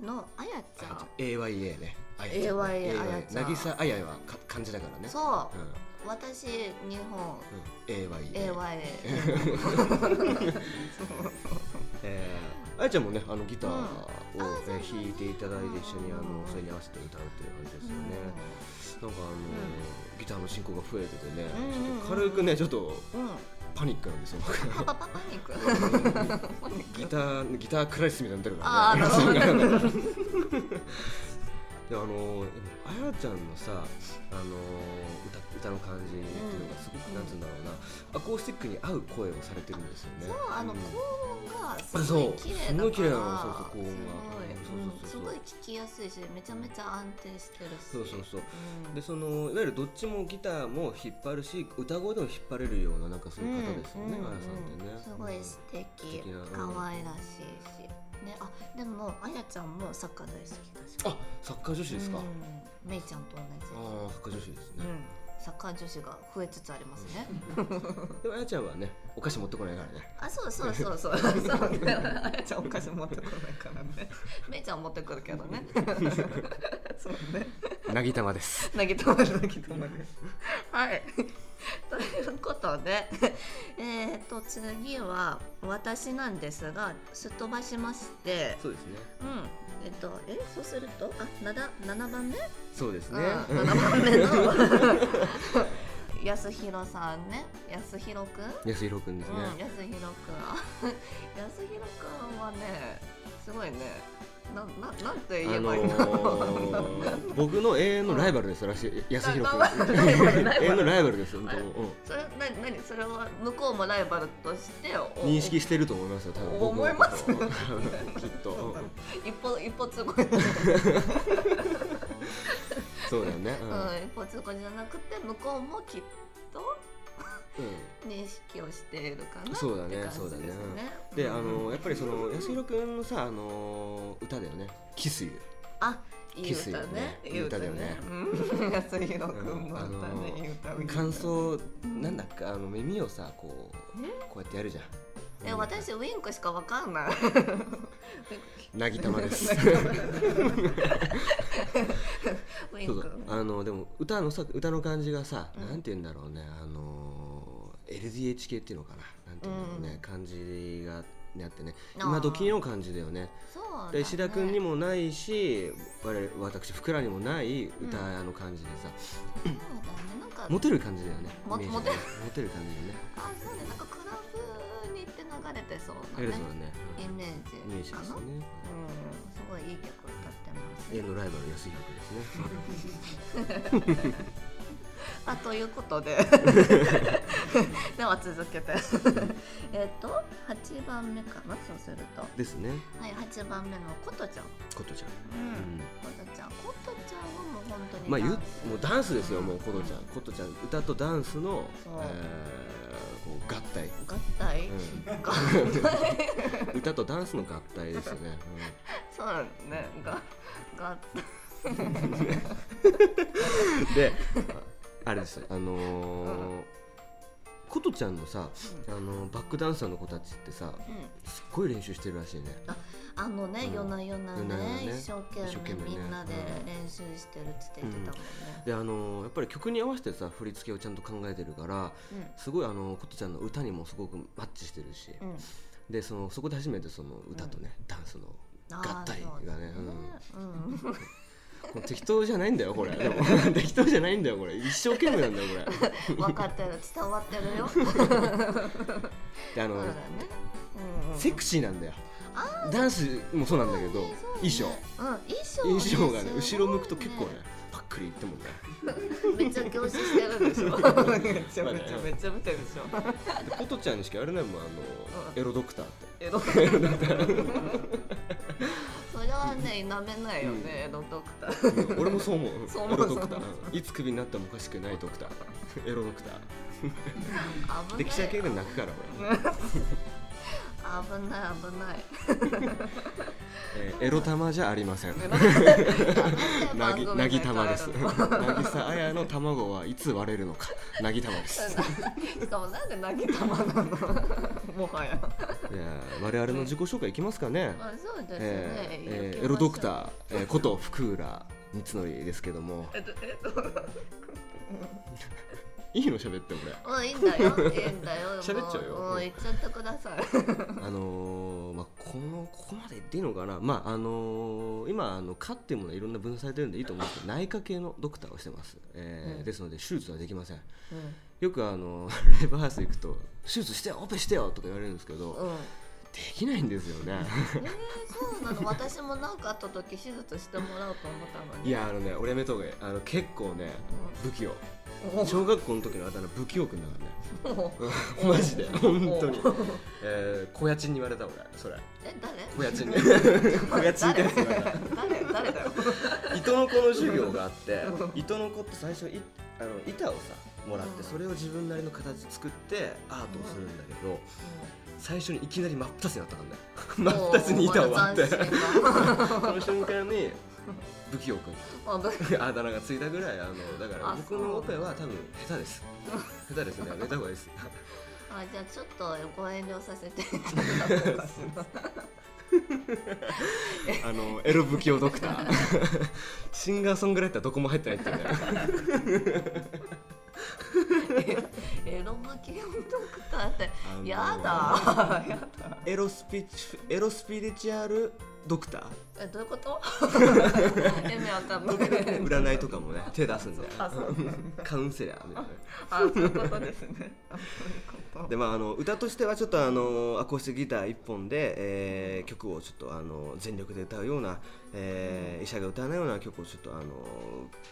[SPEAKER 3] のあやちゃん
[SPEAKER 2] AYA ねあ
[SPEAKER 3] AYA あやちゃん
[SPEAKER 2] 渚あやはか漢字だからね、
[SPEAKER 3] そう
[SPEAKER 2] んうん、
[SPEAKER 3] う私日本
[SPEAKER 2] AYA
[SPEAKER 3] AYA
[SPEAKER 2] えーあやちゃんもねあのギターを、ね
[SPEAKER 3] うんあそうそう
[SPEAKER 2] 弾いていただいて一緒にあ
[SPEAKER 3] う
[SPEAKER 2] の
[SPEAKER 3] ん
[SPEAKER 2] それに合わせて歌うっていう感じですよね、なんかあの、ギターの進行が増えててね、
[SPEAKER 3] うんうんうん
[SPEAKER 2] ちょっと軽くねちょっと
[SPEAKER 3] うんうん
[SPEAKER 2] パニックなんですよ僕
[SPEAKER 3] パパパパニックパニック
[SPEAKER 2] ギターギタークライスみたいになってる
[SPEAKER 3] あ
[SPEAKER 2] か
[SPEAKER 3] あ
[SPEAKER 2] ら
[SPEAKER 3] な
[SPEAKER 2] ね
[SPEAKER 3] るほどね
[SPEAKER 2] であのーでもあやちゃんのさ、あのー歌歌の感じっていうのがすごく、
[SPEAKER 3] うん
[SPEAKER 2] なんつうんだろうなアコースティックに合う声をされてるんですよね
[SPEAKER 3] そうあの
[SPEAKER 2] ん
[SPEAKER 3] 高音が
[SPEAKER 2] あ
[SPEAKER 3] す
[SPEAKER 2] そ
[SPEAKER 3] ご
[SPEAKER 2] う
[SPEAKER 3] い綺麗だから
[SPEAKER 2] すごい綺麗なのそうそう高音がう
[SPEAKER 3] す
[SPEAKER 2] んそうそうそう
[SPEAKER 3] ごいうんすごい聞きやすいしめちゃめちゃ安定してるし
[SPEAKER 2] そうそうそう
[SPEAKER 3] うん
[SPEAKER 2] でそのいわゆるどっちもギターも引っ張るし歌声でも引っ張れるようななんかそういう方ですよね、
[SPEAKER 3] うん
[SPEAKER 2] あやさんってね、
[SPEAKER 3] うんすごい素
[SPEAKER 2] 素
[SPEAKER 3] 敵
[SPEAKER 2] 敵なうん
[SPEAKER 3] 可愛らしいしねあでもあやちゃんもサッカー大好きだし
[SPEAKER 2] あサッカー女子ですか、
[SPEAKER 3] うんめいちゃんと同
[SPEAKER 2] ああサッカー女子です
[SPEAKER 3] じう
[SPEAKER 2] ね、
[SPEAKER 3] んサッカー女子が増えつつありますね
[SPEAKER 2] でもあやちゃんはねお菓子持ってこないからね
[SPEAKER 3] あそう そうそうそうそうだからあやちゃんお菓子持ってこないからね めいちゃん持ってくるけど ねそうね
[SPEAKER 2] なぎ玉です
[SPEAKER 3] 投げたまる投げたまるはい ということでえっと次は私なんですがすっ飛ばしまして
[SPEAKER 2] そうですね
[SPEAKER 3] うんえっとえそうするとあなだ7番目、
[SPEAKER 2] そうですね、
[SPEAKER 3] あ7番目 の安弘さんね安弘くん
[SPEAKER 2] 安弘くんですね、
[SPEAKER 3] うん、安弘くん安弘くんはねすごいねなななんて言え
[SPEAKER 2] あの
[SPEAKER 3] ばいいんだろう、
[SPEAKER 2] ー、僕の永遠のライバルです、らしい、安弘
[SPEAKER 3] ライバル
[SPEAKER 2] 君。
[SPEAKER 3] ライバルライバル
[SPEAKER 2] 永遠のライバルです、本当。
[SPEAKER 3] はい
[SPEAKER 2] うん
[SPEAKER 3] それな何それは向こうもライバルとしてお
[SPEAKER 2] 認識してると思いますよ、多分。僕
[SPEAKER 3] 思い
[SPEAKER 2] の
[SPEAKER 3] ます
[SPEAKER 2] ことを きっと。うん
[SPEAKER 3] 一歩一歩通行じゃ
[SPEAKER 2] そうだよね。うん
[SPEAKER 3] なく、うん、一歩通行じゃなくて向こうもきっと
[SPEAKER 2] う
[SPEAKER 3] 認識をしているか
[SPEAKER 2] ん
[SPEAKER 3] な
[SPEAKER 2] そうだ
[SPEAKER 3] って
[SPEAKER 2] ね、
[SPEAKER 3] 感じ
[SPEAKER 2] そうだね
[SPEAKER 3] ですね。
[SPEAKER 2] で、
[SPEAKER 3] う
[SPEAKER 2] あ
[SPEAKER 3] ん
[SPEAKER 2] のー、やっぱりその安弘君のさ、あのー、歌だよね。キスユ。
[SPEAKER 3] あいい
[SPEAKER 2] キス
[SPEAKER 3] 歌
[SPEAKER 2] よ
[SPEAKER 3] ね
[SPEAKER 2] ね
[SPEAKER 3] いい歌ね
[SPEAKER 2] いい歌だよね
[SPEAKER 3] うん安弘君の
[SPEAKER 2] あ
[SPEAKER 3] 歌
[SPEAKER 2] の
[SPEAKER 3] ねいい歌いい
[SPEAKER 2] ー
[SPEAKER 3] 歌
[SPEAKER 2] 感想、なんだっけ、あの耳をさ、こう、こうやってやるじゃん。
[SPEAKER 3] え私ウィンクしかわかん ない
[SPEAKER 2] なぎたまです。
[SPEAKER 3] ウィ
[SPEAKER 2] そ
[SPEAKER 3] ン
[SPEAKER 2] う
[SPEAKER 3] ク
[SPEAKER 2] そうあのでも歌のさ歌の感じがさ、なんて言うんだろうねあのー LDHK っていうのかななんて言うんだろうね、
[SPEAKER 3] うん
[SPEAKER 2] 感じがねあってね
[SPEAKER 3] あー
[SPEAKER 2] 今時の感じだよね
[SPEAKER 3] そうだ
[SPEAKER 2] で
[SPEAKER 3] ね
[SPEAKER 2] 石田君にもないし我々私福らにもない歌の感じでさ、
[SPEAKER 3] そうだねなんか
[SPEAKER 2] モテる感じだよね
[SPEAKER 3] も
[SPEAKER 2] イメージ
[SPEAKER 3] モテ
[SPEAKER 2] ね
[SPEAKER 3] る
[SPEAKER 2] モテる感じでね
[SPEAKER 3] あそうねなんかクラブに行って流れてそう
[SPEAKER 2] あ
[SPEAKER 3] な
[SPEAKER 2] れ
[SPEAKER 3] ね
[SPEAKER 2] ですよね、うん
[SPEAKER 3] イメ
[SPEAKER 2] イメー
[SPEAKER 3] ー
[SPEAKER 2] ジ
[SPEAKER 3] ジ
[SPEAKER 2] で
[SPEAKER 3] か
[SPEAKER 2] す
[SPEAKER 3] な
[SPEAKER 2] よね
[SPEAKER 3] うんすごいいい曲歌ってます
[SPEAKER 2] 絵のライバル安井君ですね
[SPEAKER 3] あということ ででは続けて えっと8番目かなそうするとは
[SPEAKER 2] ですね
[SPEAKER 3] い8番目のことちゃん
[SPEAKER 2] ことちゃん、
[SPEAKER 3] うん
[SPEAKER 2] うん
[SPEAKER 3] ことちゃんことちゃんはもう本当に
[SPEAKER 2] まあ、ゆ
[SPEAKER 3] ダ
[SPEAKER 2] も
[SPEAKER 3] ンス
[SPEAKER 2] うダンスですよ、もうコトちゃん、コトちゃん、歌とダンスの、え
[SPEAKER 3] そう
[SPEAKER 2] ーこう合体、
[SPEAKER 3] 合体
[SPEAKER 2] う
[SPEAKER 3] 合体
[SPEAKER 2] ん、歌とダンスの合体ですよ ね。
[SPEAKER 3] そうだねが合
[SPEAKER 2] うん、で、ああれです、あのー、コトちゃんのさ、あのーバックダンサーの子たちってさ、
[SPEAKER 3] うん
[SPEAKER 2] すっごい練習してるらしいね。
[SPEAKER 3] あのね、
[SPEAKER 2] うん
[SPEAKER 3] 夜な夜なね
[SPEAKER 2] 夜な夜なね
[SPEAKER 3] 一生懸命
[SPEAKER 2] 一生懸命ね
[SPEAKER 3] みんなで練習してるっつって言ってたもんね。
[SPEAKER 2] で、あのーやっぱり曲に合わせてさ、振り付けをちゃんと考えてるから、すごいあのーコトちゃんの歌にもすごくマッチしてるし、
[SPEAKER 3] うん、うん、
[SPEAKER 2] で、そのそこで初めてその歌とね、ダンスの
[SPEAKER 3] あー
[SPEAKER 2] 合体がね。
[SPEAKER 3] そう
[SPEAKER 2] う
[SPEAKER 3] う
[SPEAKER 2] ん
[SPEAKER 3] ん、
[SPEAKER 2] これ適当じゃないんだよこれでも 適当じゃないんだよこれ一生懸命なんだよこれ
[SPEAKER 3] 分かってる伝わってるよ。そう
[SPEAKER 2] であ
[SPEAKER 3] だ
[SPEAKER 2] の、
[SPEAKER 3] ね。うんうん、
[SPEAKER 2] セクシーなんだよダンスもそうなんだけど、衣装
[SPEAKER 3] 装、うん、
[SPEAKER 2] 衣
[SPEAKER 3] 衣装、
[SPEAKER 2] 装がね後ろ向くと結構ね。パックリいってもんね
[SPEAKER 3] めっちゃ凝視してるでしょ。 めちゃめちゃめちゃ見てるでしょ。
[SPEAKER 2] でコトちゃんにしかやれないもんあの、
[SPEAKER 3] うん
[SPEAKER 2] エロドクターって
[SPEAKER 3] エロ。それはね、なめないよね、エロドクター。
[SPEAKER 2] うん俺もそう思う
[SPEAKER 3] そう思う
[SPEAKER 2] エロドクタ
[SPEAKER 3] そう
[SPEAKER 2] ー
[SPEAKER 3] 思
[SPEAKER 2] うんいつクビになってもおかしくないドクターエロドクター
[SPEAKER 3] 危ない。
[SPEAKER 2] で記者系で泣くから俺、
[SPEAKER 3] 危ない危ない。
[SPEAKER 2] えーエロ玉じゃありませんなぎなぎ玉です なぎさあや の卵はいつ割れるのかなぎ玉です
[SPEAKER 3] しかもなんでなぎ玉なのもはや。
[SPEAKER 2] いやー我々の自己紹介いきますかね、
[SPEAKER 3] あ、そうですね。
[SPEAKER 2] えー
[SPEAKER 3] 行きましょ
[SPEAKER 2] えー
[SPEAKER 3] う
[SPEAKER 2] エロドクター、えーこと福浦光則ですけども
[SPEAKER 3] えっと、えっと、
[SPEAKER 2] いいの喋って俺
[SPEAKER 3] あ、いいんだよ。いいんだよ。も
[SPEAKER 2] 喋っちゃうよ
[SPEAKER 3] もう行っちゃってください。
[SPEAKER 2] あのーまあ、このここまで言っていいのかな、まああのー今あの蚊っていうものはいろんな分散されてるんでいいと思うんですけど内科系のドクターをしてます、えー
[SPEAKER 3] うん
[SPEAKER 2] ですので手術はできません
[SPEAKER 3] うん
[SPEAKER 2] よくあの レイバーハウス行くと手術してよオペしてよとか言われるんですけど、
[SPEAKER 3] うん。
[SPEAKER 2] できないんですよ ね
[SPEAKER 3] えー、そうなの。私もなんかあった時手術してもらおうと思ったのに。
[SPEAKER 2] いやあのね俺やめた方がいいあの結構ね不器用
[SPEAKER 3] お
[SPEAKER 2] 小学校の時のあだ名不器用くんだからね
[SPEAKER 3] お。
[SPEAKER 2] マジで本当に
[SPEAKER 3] お、
[SPEAKER 2] えー、小家賃に言われた俺それ
[SPEAKER 3] え、
[SPEAKER 2] 小 家賃に
[SPEAKER 3] 誰？
[SPEAKER 2] 小家賃ってやつ言われ
[SPEAKER 3] 誰？
[SPEAKER 2] た
[SPEAKER 3] 誰？誰だよ。
[SPEAKER 2] 糸の子の授業があって
[SPEAKER 3] う
[SPEAKER 2] 糸の子って最初いあの板をさもらっ
[SPEAKER 3] う
[SPEAKER 2] て
[SPEAKER 3] ん
[SPEAKER 2] それを自分なりの形作ってアートをするんだけど最初にいきなり真っ二つになったからね真っ二つに板を割ってその瞬間に不器用君
[SPEAKER 3] あぶ
[SPEAKER 2] あだ名がついたぐらいあのだから
[SPEAKER 3] あ
[SPEAKER 2] 僕のオペは多分下手です下手 ですねやめた方がいいです
[SPEAKER 3] あじゃあちょっとご遠慮させていただきます。
[SPEAKER 2] あのエロ不器用ドクター シンガーソングライターどこも入ってないっていうね
[SPEAKER 3] エロ向きのドクターって
[SPEAKER 2] あのー
[SPEAKER 3] やだ。 やだ
[SPEAKER 2] エロスピチエロスピリチュアルドクター
[SPEAKER 3] えどういうこと？ 意味わかんない。
[SPEAKER 2] 占いとかもね手出すんだよ
[SPEAKER 3] あそうなんだ
[SPEAKER 2] カウンセラーみたい
[SPEAKER 3] あそういうことですね。あそういうこ
[SPEAKER 2] な
[SPEAKER 3] と。
[SPEAKER 2] でまああの歌としてはちょっとあのアコースティックギター一本で、えー曲をちょっとあの全力で歌うような、えー医者が歌わないような曲をちょっとあの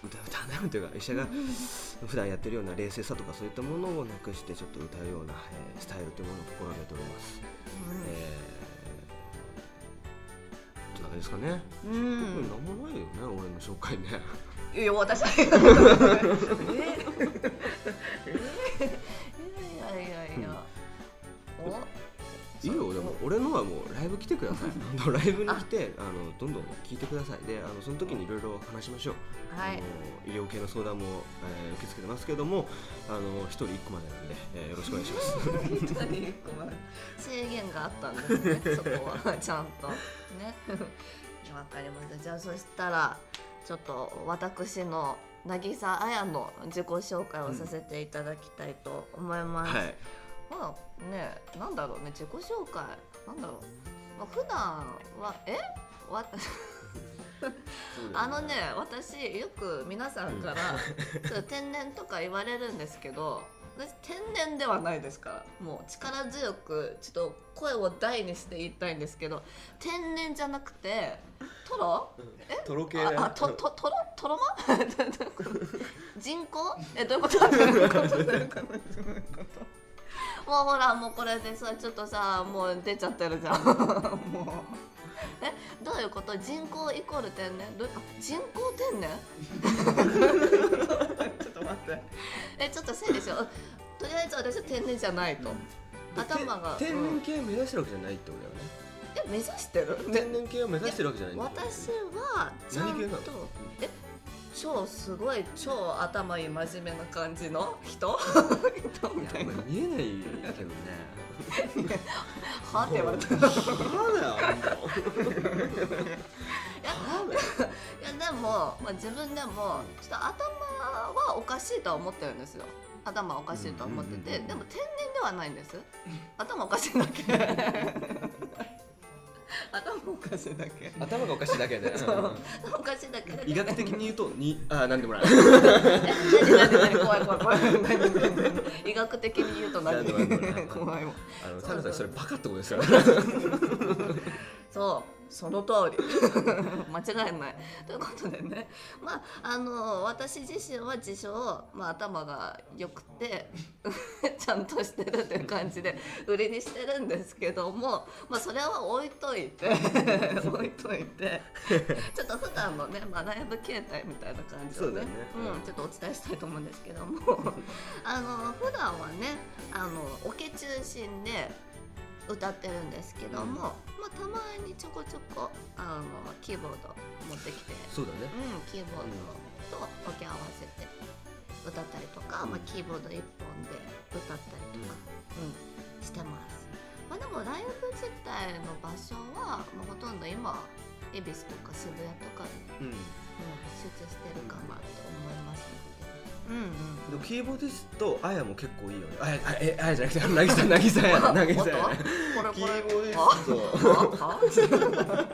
[SPEAKER 2] 歌歌わないようなというか医者が普段やってるような冷静さとかそういったものをなくしてちょっと歌うような、えースタイルというものを心がけております、えー、どんな感じですかね、
[SPEAKER 3] う
[SPEAKER 2] 特に
[SPEAKER 3] ん。
[SPEAKER 2] 何もないよね俺の紹介ね
[SPEAKER 3] いや私 は。ええいやいやいやいや。お。
[SPEAKER 2] いいよでも俺のはも うライブ来てくださいライブに来てあのどんどん聞いてくださいであのその時にいろいろ話しましょう、
[SPEAKER 3] は
[SPEAKER 2] あ
[SPEAKER 3] い。
[SPEAKER 2] の医療系の相談も、えー受け付けてますけどもあの一人一個までなんで、えーよろしくお願いします
[SPEAKER 3] 制限があったんですねそこはちゃんとねわかりましたじゃあそしたらちょっと私の渚彩の自己紹介をさせていただきたいと思います、
[SPEAKER 2] はい
[SPEAKER 3] まあねなんだろうね自己紹介なんだろう、まあ、普段はえわあのね私よく皆さんから「そう天然」とか言われるんですけど私天然ではないですからもう力強くちょっと声を大にして言いたいんですけど天然じゃなくてトロ
[SPEAKER 2] とろ系
[SPEAKER 3] ああととトロトロマ 人口えどういうこと どういうことどういうことどういうこともうほらもうこれでさちょっとさもう出ちゃってるじゃんもうえどういうこと人口イコール天然どうあ人口天然ちょっと待ってえちょっと整理しようとりあえず私は天然じゃないと頭がう
[SPEAKER 2] 天然
[SPEAKER 3] ん
[SPEAKER 2] 系目指してるわけじゃないってことだよね
[SPEAKER 3] え目指してる
[SPEAKER 2] 天然系を目指してるわけじゃないんだよね
[SPEAKER 3] 私はちゃん
[SPEAKER 2] 何系なの
[SPEAKER 3] とえ超すごい超頭いい真面目な感じの人人み たい
[SPEAKER 2] い
[SPEAKER 3] な
[SPEAKER 2] やお前見えないけどね
[SPEAKER 3] はって言われたい
[SPEAKER 2] はだよもう
[SPEAKER 3] や
[SPEAKER 2] 歯だよ
[SPEAKER 3] いやでも、まあ、自分でもちょっと頭はおかしいとは思ってるんですよ頭はおかしいとは思ってて、
[SPEAKER 2] うんうんうんうん
[SPEAKER 3] でも天然ではないんです頭おかしいだ け頭おかしいだけ
[SPEAKER 2] 頭がおかしいだけで
[SPEAKER 3] そうおかしいだけで
[SPEAKER 2] 医学的に言うとにあなんで もない
[SPEAKER 3] 何何何怖い怖い怖い 何何何医学的に言うと何
[SPEAKER 2] 何何何
[SPEAKER 3] 怖いもん
[SPEAKER 2] あの
[SPEAKER 3] そう
[SPEAKER 2] 田辺さんそ
[SPEAKER 3] そう
[SPEAKER 2] れバカってことですからね
[SPEAKER 3] そうその通り 間違いないということでねまああの私自身は自称、まあ、頭が良くて ちゃんとしてるっていう感じで売りにしてるんですけども、まあ、それは置いといて 置いといてちょっと普段のね、まあ、ライブ形態みたいな感じ
[SPEAKER 2] そ
[SPEAKER 3] を
[SPEAKER 2] うだ
[SPEAKER 3] ね
[SPEAKER 2] よね
[SPEAKER 3] うん、ちょっとお伝えしたいと思うんですけども あの普段はねあのオケ中心で歌ってるんですけども、
[SPEAKER 2] うん
[SPEAKER 3] まあ、たまにちょこちょこあのキーボード持ってきて、
[SPEAKER 2] そうだね
[SPEAKER 3] うん、キーボードとオケ合わせて歌ったりとか、
[SPEAKER 2] うん
[SPEAKER 3] まあ、キーボード1本で歌ったりとか、うんしてます。まあ、でもライブ自体の場所は、まあ、ほとんど今恵比寿とか渋谷とかに、
[SPEAKER 2] う
[SPEAKER 3] うん、
[SPEAKER 2] ん
[SPEAKER 3] 集中してるかなと思いますので、うんうん
[SPEAKER 2] でもキーボーディストあやも結構いいよねあやあえあやじゃなくてあの渚渚 やな渚や
[SPEAKER 3] 音
[SPEAKER 2] ねキ
[SPEAKER 3] これ
[SPEAKER 2] ー
[SPEAKER 3] こ
[SPEAKER 2] ボー
[SPEAKER 3] れ
[SPEAKER 2] ディスト
[SPEAKER 3] あ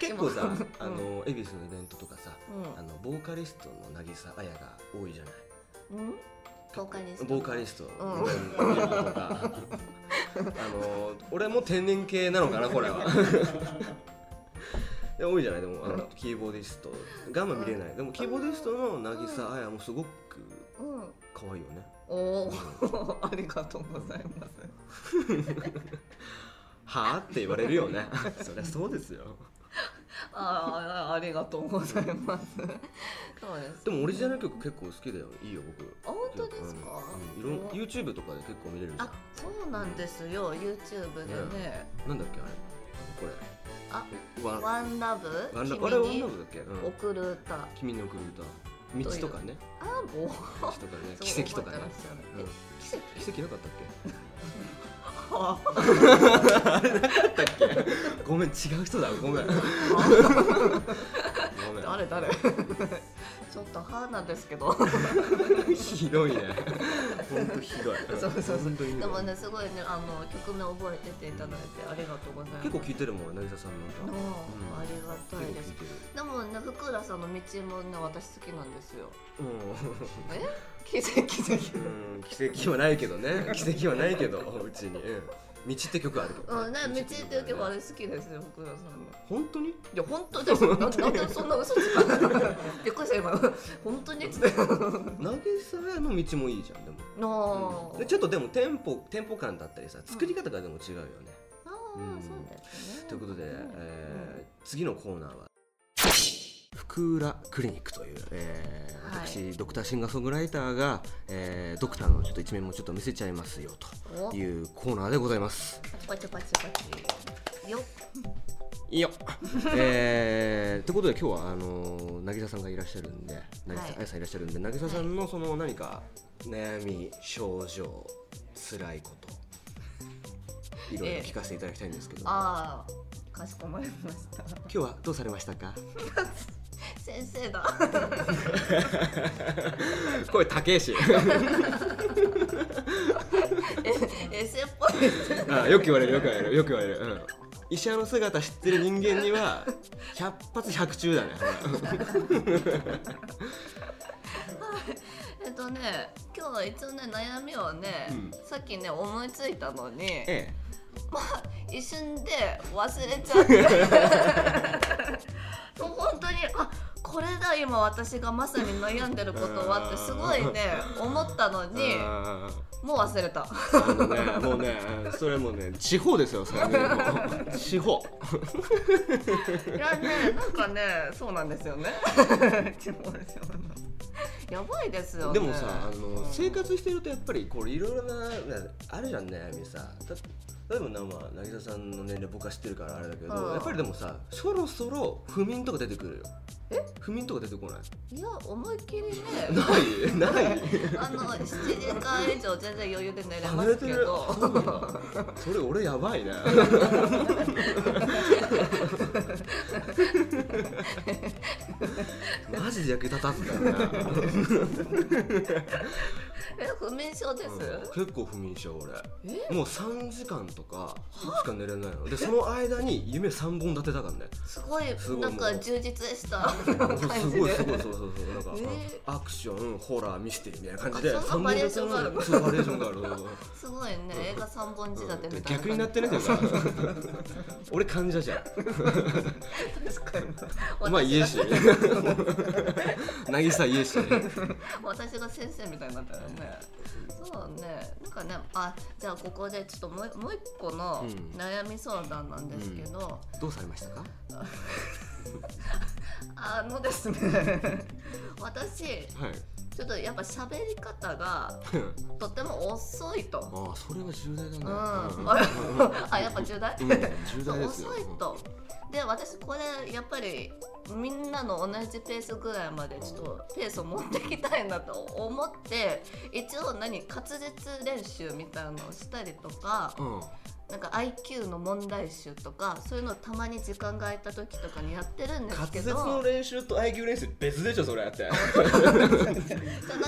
[SPEAKER 2] 結構さ
[SPEAKER 3] 今
[SPEAKER 2] あの恵比寿のイベントとかさあ
[SPEAKER 3] あ
[SPEAKER 2] のボーカリストの渚あやが多いじゃない
[SPEAKER 3] うん、うん、ボーカリスト
[SPEAKER 2] ボーカリストのイベントと か、あの俺も天然系なのかなこれは で多いじゃないでもあのキーボーディストガンマ見れないでもキーボーディストの渚あやもすごく
[SPEAKER 3] うん
[SPEAKER 2] 可愛いよね
[SPEAKER 3] おお ありがとうございます
[SPEAKER 2] はあって言われるよね そりゃそうですよ
[SPEAKER 3] ああありがとうございます。そうです。
[SPEAKER 2] でもオリジナル曲結構好きだよいいよ僕
[SPEAKER 3] あ本当ですか。
[SPEAKER 2] うんうんいろん YouTube とかで結構見れるじゃ
[SPEAKER 3] あそうなんですよ。YouTube でね。
[SPEAKER 2] んなんだっけあれこれ
[SPEAKER 3] あ
[SPEAKER 2] えワン
[SPEAKER 3] ワンラブ
[SPEAKER 2] ワンラブあれワ
[SPEAKER 3] 君
[SPEAKER 2] ン
[SPEAKER 3] に
[SPEAKER 2] ラブだっけ、うん
[SPEAKER 3] 送る歌。あ
[SPEAKER 2] 君に送る歌道とかね
[SPEAKER 3] もう
[SPEAKER 2] 道とか ね 奇跡とかね、うん
[SPEAKER 3] 奇跡。
[SPEAKER 2] 奇跡なかったっ
[SPEAKER 3] あ
[SPEAKER 2] けごめん違う人だご めんごめん
[SPEAKER 3] 誰誰。 ちょっと歯なんですけど。
[SPEAKER 2] ひどいね本当ひどい
[SPEAKER 3] そうそうそう
[SPEAKER 2] 本当にひ
[SPEAKER 3] で
[SPEAKER 2] どい
[SPEAKER 3] もねすごいねあの曲名覚えてていただいてありがとうございます。
[SPEAKER 2] 結構聞いてるもん俺渚さんの
[SPEAKER 3] うん
[SPEAKER 2] 歌
[SPEAKER 3] ありがたいで
[SPEAKER 2] 結
[SPEAKER 3] す
[SPEAKER 2] 構聞い。てる
[SPEAKER 3] でもね福浦さんの道もね私好きなんですよ。
[SPEAKER 2] うん
[SPEAKER 3] え奇跡奇跡。
[SPEAKER 2] うん奇跡はないけどね奇跡はないけどうちに、うん道って曲あるけど、
[SPEAKER 3] うん、ね、道っていうばあ
[SPEAKER 2] る
[SPEAKER 3] れ好きですよ、福田さんの。
[SPEAKER 2] 本当に
[SPEAKER 3] いや、本当ですよ。ななんでそんな嘘つかない。びっくりした、今。本当にっつって。
[SPEAKER 2] 渚の道もいいじゃんでも、
[SPEAKER 3] の
[SPEAKER 2] でちょっとでもテンポテンポ感だったりさ作り方がでも違うよね、
[SPEAKER 3] ああ、
[SPEAKER 2] うん
[SPEAKER 3] そうですね。
[SPEAKER 2] ということで、
[SPEAKER 3] ん
[SPEAKER 2] えー次のコーナーは福浦クリニックという、えー
[SPEAKER 3] はい
[SPEAKER 2] 私ドクターシンガーソングライターが、えードクターのちょっと一面もちょっと見せちゃいますよ
[SPEAKER 3] お
[SPEAKER 2] というコーナーでございます
[SPEAKER 3] パチパチパチ。よっ。
[SPEAKER 2] いいよ。えー、ってことで今日はあのー、渚さんがいらっしゃるんで、渚
[SPEAKER 3] はい
[SPEAKER 2] あやさんいらっしゃるんで、渚さんのその何か悩み、症状、辛いこと、いろいろ聞かせていただきたいんですけど、今
[SPEAKER 3] ああ、かしこまりました。
[SPEAKER 2] 日はどうされましたか？
[SPEAKER 3] 先生だ。
[SPEAKER 2] 声高えし、
[SPEAKER 3] え、エセっぽいですね。
[SPEAKER 2] あよく言われるよく言われるよく言われる。うん医者の姿知ってる人間には百発百中だね。
[SPEAKER 3] えっとね、今日は一応ね、悩みをね、
[SPEAKER 2] うん
[SPEAKER 3] さっきね、思いついたのに。
[SPEAKER 2] え
[SPEAKER 3] まあ一瞬で忘れちゃってもう本当にあこれだ今私がまさに悩んでることはってすごいね思ったの
[SPEAKER 2] え。
[SPEAKER 3] に
[SPEAKER 2] あー
[SPEAKER 3] もう忘れた
[SPEAKER 2] あのね、もうね、それもね、地方ですよ、それね、もう地方。
[SPEAKER 3] いやねなんかねそうなんですよねちょっと忘れちゃった やばいですよね
[SPEAKER 2] でもさ、あの、
[SPEAKER 3] うん
[SPEAKER 2] 生活してると、やっぱり、これいろいろな、なあるじゃんね、あゆみさ。た例えばな、まあ、渚さんの年齢、僕は知ってるから、あれだけど、
[SPEAKER 3] うん
[SPEAKER 2] やっぱりでもさ、そろそろ不眠とか出てくるよ。
[SPEAKER 3] え、
[SPEAKER 2] 不眠とか出てこ ない。
[SPEAKER 3] いや思いっきりね
[SPEAKER 2] ない、ない。
[SPEAKER 3] あの7時間以上全然余裕で寝れ
[SPEAKER 2] あ
[SPEAKER 3] ま
[SPEAKER 2] 寝
[SPEAKER 3] す
[SPEAKER 2] て
[SPEAKER 3] け
[SPEAKER 2] る
[SPEAKER 3] ど
[SPEAKER 2] そうなんだそれ俺やばいね マジで役立たずだよね
[SPEAKER 3] え不眠症です、
[SPEAKER 2] うん結構不眠症俺
[SPEAKER 3] え
[SPEAKER 2] もう3時間とかしか寝れないのでその間 に夢3本立てだからね
[SPEAKER 3] すごい
[SPEAKER 2] すごい
[SPEAKER 3] なんか充実した感じです
[SPEAKER 2] ごいすごいそうそうそうなんか、
[SPEAKER 3] え
[SPEAKER 2] アクションホラーミステリーみたいな感じで
[SPEAKER 3] あそんなバリエーションがあるの
[SPEAKER 2] そうバリエーションがある そうそう
[SPEAKER 3] すごいね、映画三本仕立てみたいな。
[SPEAKER 2] 逆になってねだから俺患者じゃん
[SPEAKER 3] 私
[SPEAKER 2] まあ
[SPEAKER 3] が
[SPEAKER 2] 家し 渚家し
[SPEAKER 3] 私が先生みたいになったらね。そうね、なんかね、あ、じゃあここでちょっともうもう一個の
[SPEAKER 2] うん
[SPEAKER 3] 悩み相談なんですけど、
[SPEAKER 2] どうされましたか
[SPEAKER 3] あのですね、 私
[SPEAKER 2] はい
[SPEAKER 3] ちょっとやっぱ喋り方がとても遅いと。
[SPEAKER 2] ああそれは重大だね
[SPEAKER 3] うん、
[SPEAKER 2] うん
[SPEAKER 3] あ あやっぱ重大、
[SPEAKER 2] うん重
[SPEAKER 3] そ
[SPEAKER 2] 大
[SPEAKER 3] う
[SPEAKER 2] です よ
[SPEAKER 3] 遅いとで私これやっぱりみんなの同じペースぐらいまでちょっとペースを持ってきたいなと思って一応何滑舌練習みたいなのをしたりとか
[SPEAKER 2] うん
[SPEAKER 3] なんか IQ の問題集とかそういうのをたまに時間が空いた時とかにやってるんです
[SPEAKER 2] 滑
[SPEAKER 3] け
[SPEAKER 2] 舌
[SPEAKER 3] ど
[SPEAKER 2] の練習と IQ 練習別でしょそれやって
[SPEAKER 3] じゃあなん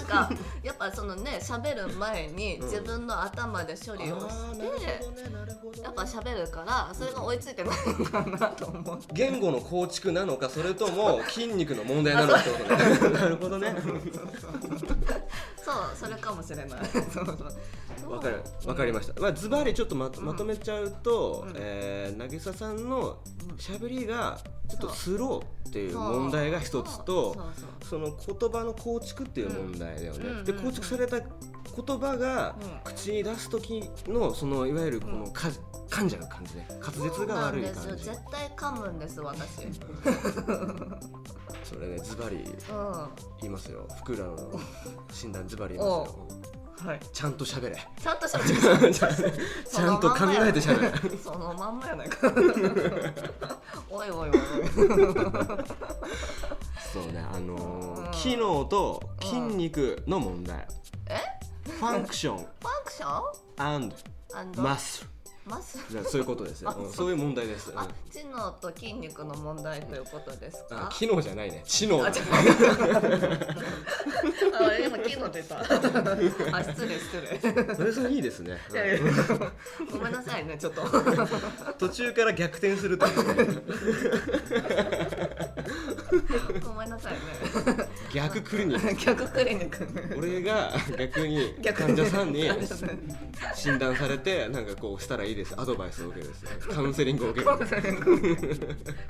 [SPEAKER 3] かやっぱそのね喋る前に
[SPEAKER 2] うん
[SPEAKER 3] 自分の頭で処理を
[SPEAKER 2] あ
[SPEAKER 3] し
[SPEAKER 2] ー
[SPEAKER 3] て、
[SPEAKER 2] なるほどねなるほどね
[SPEAKER 3] やっぱ喋るからそれが追いついてないのかなと思って。
[SPEAKER 2] 言語の構築なのかそれとも筋肉の問題なのかってことね なるほどね
[SPEAKER 3] そうそれかもしれ ない。そうそう。
[SPEAKER 2] わかるわかりました、まあ、ズバリちょっとままとめちゃうと、
[SPEAKER 3] うん
[SPEAKER 2] えー渚さんの
[SPEAKER 3] うん
[SPEAKER 2] しゃべりがちょっとスローっていう問題が一つと
[SPEAKER 3] そうそう
[SPEAKER 2] その言葉の構築っていう問題だよね、
[SPEAKER 3] うん
[SPEAKER 2] で
[SPEAKER 3] うん
[SPEAKER 2] 構築された言葉が
[SPEAKER 3] うん
[SPEAKER 2] 口に出す時のそのいわゆるこ
[SPEAKER 3] う
[SPEAKER 2] のか噛んじゃう感じね滑
[SPEAKER 3] そ
[SPEAKER 2] 舌
[SPEAKER 3] う
[SPEAKER 2] が
[SPEAKER 3] な
[SPEAKER 2] 悪
[SPEAKER 3] ん
[SPEAKER 2] い
[SPEAKER 3] ですよ
[SPEAKER 2] 感じ
[SPEAKER 3] 絶対噛むんです私。うん。
[SPEAKER 2] それねズバリ
[SPEAKER 3] は
[SPEAKER 2] 言いますよ福浦の診断ズバリ言いますよ
[SPEAKER 3] い。
[SPEAKER 2] ちゃんとし ゃべれ
[SPEAKER 3] ちゃんと喋る。
[SPEAKER 2] ちゃんと考えてしゃ べれ
[SPEAKER 3] そのまんまやないか。 おいおいおいおい。
[SPEAKER 2] そうね、あのー
[SPEAKER 3] うん
[SPEAKER 2] 機能と筋肉の問題。
[SPEAKER 3] え
[SPEAKER 2] ファンクション
[SPEAKER 3] ファンクション
[SPEAKER 2] and
[SPEAKER 3] ？and
[SPEAKER 2] マッスル。
[SPEAKER 3] マス。
[SPEAKER 2] じゃあそういうことですよ。うんそういう問題です。うん
[SPEAKER 3] あ、知能と筋肉の問題ということです
[SPEAKER 2] あ
[SPEAKER 3] か。
[SPEAKER 2] 機能じゃないね。知能だ。
[SPEAKER 3] あ、今昨日出 た。あ、失礼失礼。
[SPEAKER 2] それそれいいで すね。うん
[SPEAKER 3] ごめんなさいね、ちょっと。
[SPEAKER 2] 途中から逆転するというね
[SPEAKER 3] ごめんなさい ね。
[SPEAKER 2] 逆クリニック。
[SPEAKER 3] 逆クリニック。
[SPEAKER 2] 俺が逆に
[SPEAKER 3] 逆
[SPEAKER 2] 患者さんに
[SPEAKER 3] 患者さん
[SPEAKER 2] 診断されてなんかこうしたらいいですアドバイスを受けるですカウンセリングを受ける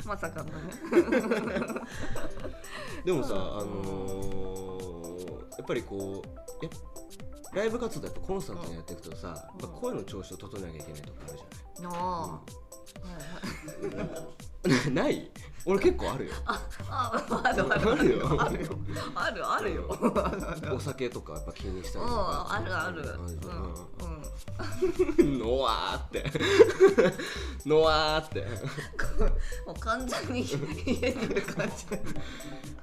[SPEAKER 3] まさ かのね。
[SPEAKER 2] でもさ、あのーやっぱりこうやっライブ活動やっぱコンスタントにやっていくとさ、
[SPEAKER 3] うん
[SPEAKER 2] まあ、声の調子を整えなきゃいけないとこあるじ
[SPEAKER 3] なあ。
[SPEAKER 2] ゃない ない俺結構あるよ
[SPEAKER 3] あ、あるある
[SPEAKER 2] あるよ
[SPEAKER 3] あるよ。あるあるよ。
[SPEAKER 2] お酒とかやっぱ気にした
[SPEAKER 3] う
[SPEAKER 2] り
[SPEAKER 3] ん、
[SPEAKER 2] とか
[SPEAKER 3] あるある。うん、うん。
[SPEAKER 2] うんのわーってのわーって
[SPEAKER 3] もう完全に家にいる感じ。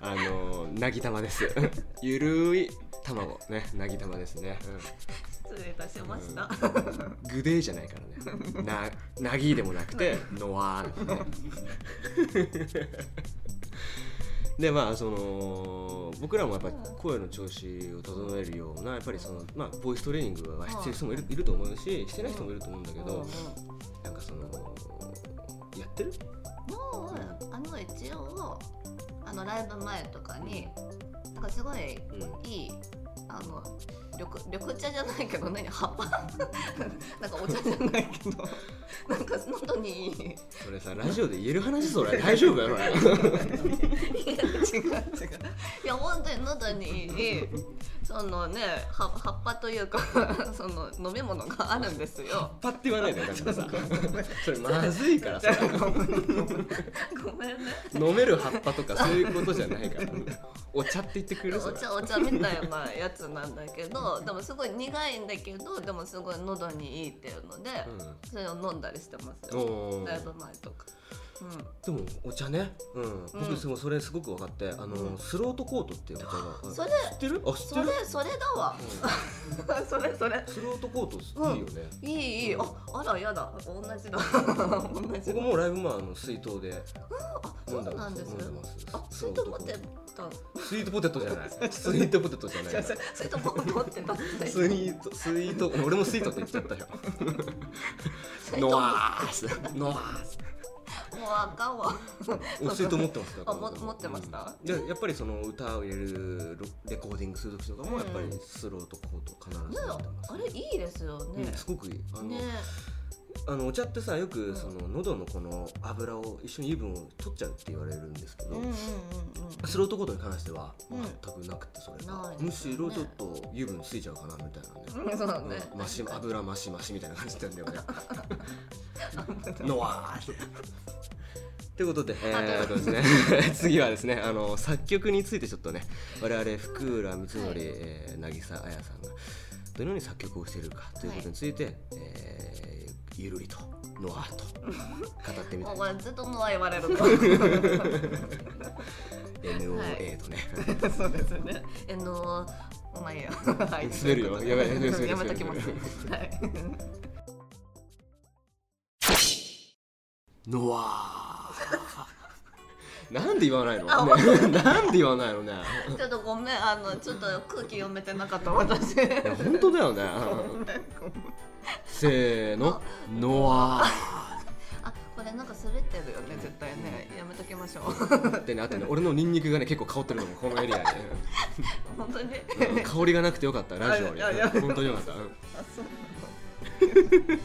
[SPEAKER 2] あのーなぎ玉です ゆるい卵ねなぎ玉ですね、
[SPEAKER 3] 失礼いたしました。
[SPEAKER 2] うん、グデーじゃないからねななぎでもなくてのわーなんですね でまあその僕らもやっぱり声の調子を整えるようなやっぱりそのまあボイストレーニングはしてる人もいるいると思うししてない人もいると思うんだけ
[SPEAKER 3] うんう
[SPEAKER 2] ど
[SPEAKER 3] ん
[SPEAKER 2] なんかそのやってる
[SPEAKER 3] もうあの一応あのライブ前とかになんかすごい
[SPEAKER 2] うん
[SPEAKER 3] いいあの緑緑茶じゃないけど何葉っぱ なんかお茶じゃないけ どなんか喉にいい
[SPEAKER 2] それさラジオで言える話それ大丈夫やろ
[SPEAKER 3] いや違う違ういや本当に喉にいいそのね葉葉っぱというか その飲み物があるんですよ。
[SPEAKER 2] パッて言わないでだからさそれまずいからさ
[SPEAKER 3] ごめんね
[SPEAKER 2] 飲める葉っぱとかそういうことじゃないからお茶って言ってくれるそ
[SPEAKER 3] お
[SPEAKER 2] れ
[SPEAKER 3] 茶お茶みたいなやつなんだけどでもすごい苦いんだけどでもすごい喉にいいっていうので、それを飲んだりしてます
[SPEAKER 2] うん
[SPEAKER 3] よ
[SPEAKER 2] おー
[SPEAKER 3] だいぶ前とか。うん
[SPEAKER 2] でもお茶ね、うん、僕すごいそれすごく分かって、あ
[SPEAKER 3] う
[SPEAKER 2] の
[SPEAKER 3] ん
[SPEAKER 2] スロートコートっていうお茶が
[SPEAKER 3] それ
[SPEAKER 2] 知ってるあ知っ
[SPEAKER 3] そ
[SPEAKER 2] てる
[SPEAKER 3] れそれだわ それそれ
[SPEAKER 2] スロートコートいいよね、
[SPEAKER 3] いいいいああらやだ同じ だ同じ
[SPEAKER 2] 僕
[SPEAKER 3] だ
[SPEAKER 2] もライブ前あの水筒で
[SPEAKER 3] あそ
[SPEAKER 2] 飲んだ
[SPEAKER 3] うなんです
[SPEAKER 2] 飲んでます
[SPEAKER 3] あスイート持ってた
[SPEAKER 2] スイートポテトじゃ ないスイートポテトじゃない
[SPEAKER 3] 違う違うスイート持ってた って
[SPEAKER 2] スイートスイート俺もスイートって言っちゃったよ
[SPEAKER 3] スイート
[SPEAKER 2] ノ
[SPEAKER 3] も
[SPEAKER 2] ワース ノワ ース
[SPEAKER 3] もうあかんわ
[SPEAKER 2] お水と持ってますか
[SPEAKER 3] あも持ってました
[SPEAKER 2] うんでやっぱりその歌を入れるロレコーディングする時とかも
[SPEAKER 3] うん
[SPEAKER 2] やっぱりスローとコート必ず持
[SPEAKER 3] ね
[SPEAKER 2] ってます、
[SPEAKER 3] あれいいですよ
[SPEAKER 2] う
[SPEAKER 3] ね
[SPEAKER 2] んすごくいいあの,、
[SPEAKER 3] ね
[SPEAKER 2] あのお茶ってさよ
[SPEAKER 3] う
[SPEAKER 2] く
[SPEAKER 3] ん
[SPEAKER 2] その喉のこの油を一緒に油分を取っちゃうって言われるんですけ
[SPEAKER 3] う
[SPEAKER 2] ど、
[SPEAKER 3] んうんうんうん
[SPEAKER 2] スロートコートに関しては
[SPEAKER 3] うん
[SPEAKER 2] 全くなくてそれが、
[SPEAKER 3] ない
[SPEAKER 2] むしろちょっと油分ついちゃうかなみたいなね、
[SPEAKER 3] うんそうだね
[SPEAKER 2] うんマシ油マシマシみたいな感じなんだ よね。のわーということで,、えー
[SPEAKER 3] あ
[SPEAKER 2] そうですね、 次はですねあの作曲についてちょっとね我々福浦光則、
[SPEAKER 3] はい
[SPEAKER 2] えー渚彩さんがどのように作曲をしているかということについて、えーゆるりとのわーと語ってみた
[SPEAKER 3] も
[SPEAKER 2] いう
[SPEAKER 3] これずっとのは言われるの
[SPEAKER 2] NOA とね、
[SPEAKER 3] そうですねあのまあいいやはい
[SPEAKER 2] 滑るよやばい滑る滑る
[SPEAKER 3] やめときます
[SPEAKER 2] 滑
[SPEAKER 3] はい
[SPEAKER 4] ノワ
[SPEAKER 2] なんで言わないの、ね、 なんで言わないのね
[SPEAKER 3] ちょっとごめんあのちょっと空気読めてなかった私
[SPEAKER 2] いや本当だよね せーのノワ
[SPEAKER 3] あこれなんか滑ってるよね絶対ねやめときま しょう
[SPEAKER 2] ーでねあとね俺のニンニクがね結構香ってるのもこのエリアで、
[SPEAKER 3] 本当に
[SPEAKER 2] うん香りがなくてよかったラジオに
[SPEAKER 3] あいやいや
[SPEAKER 2] 本当によかった、うん
[SPEAKER 3] あそう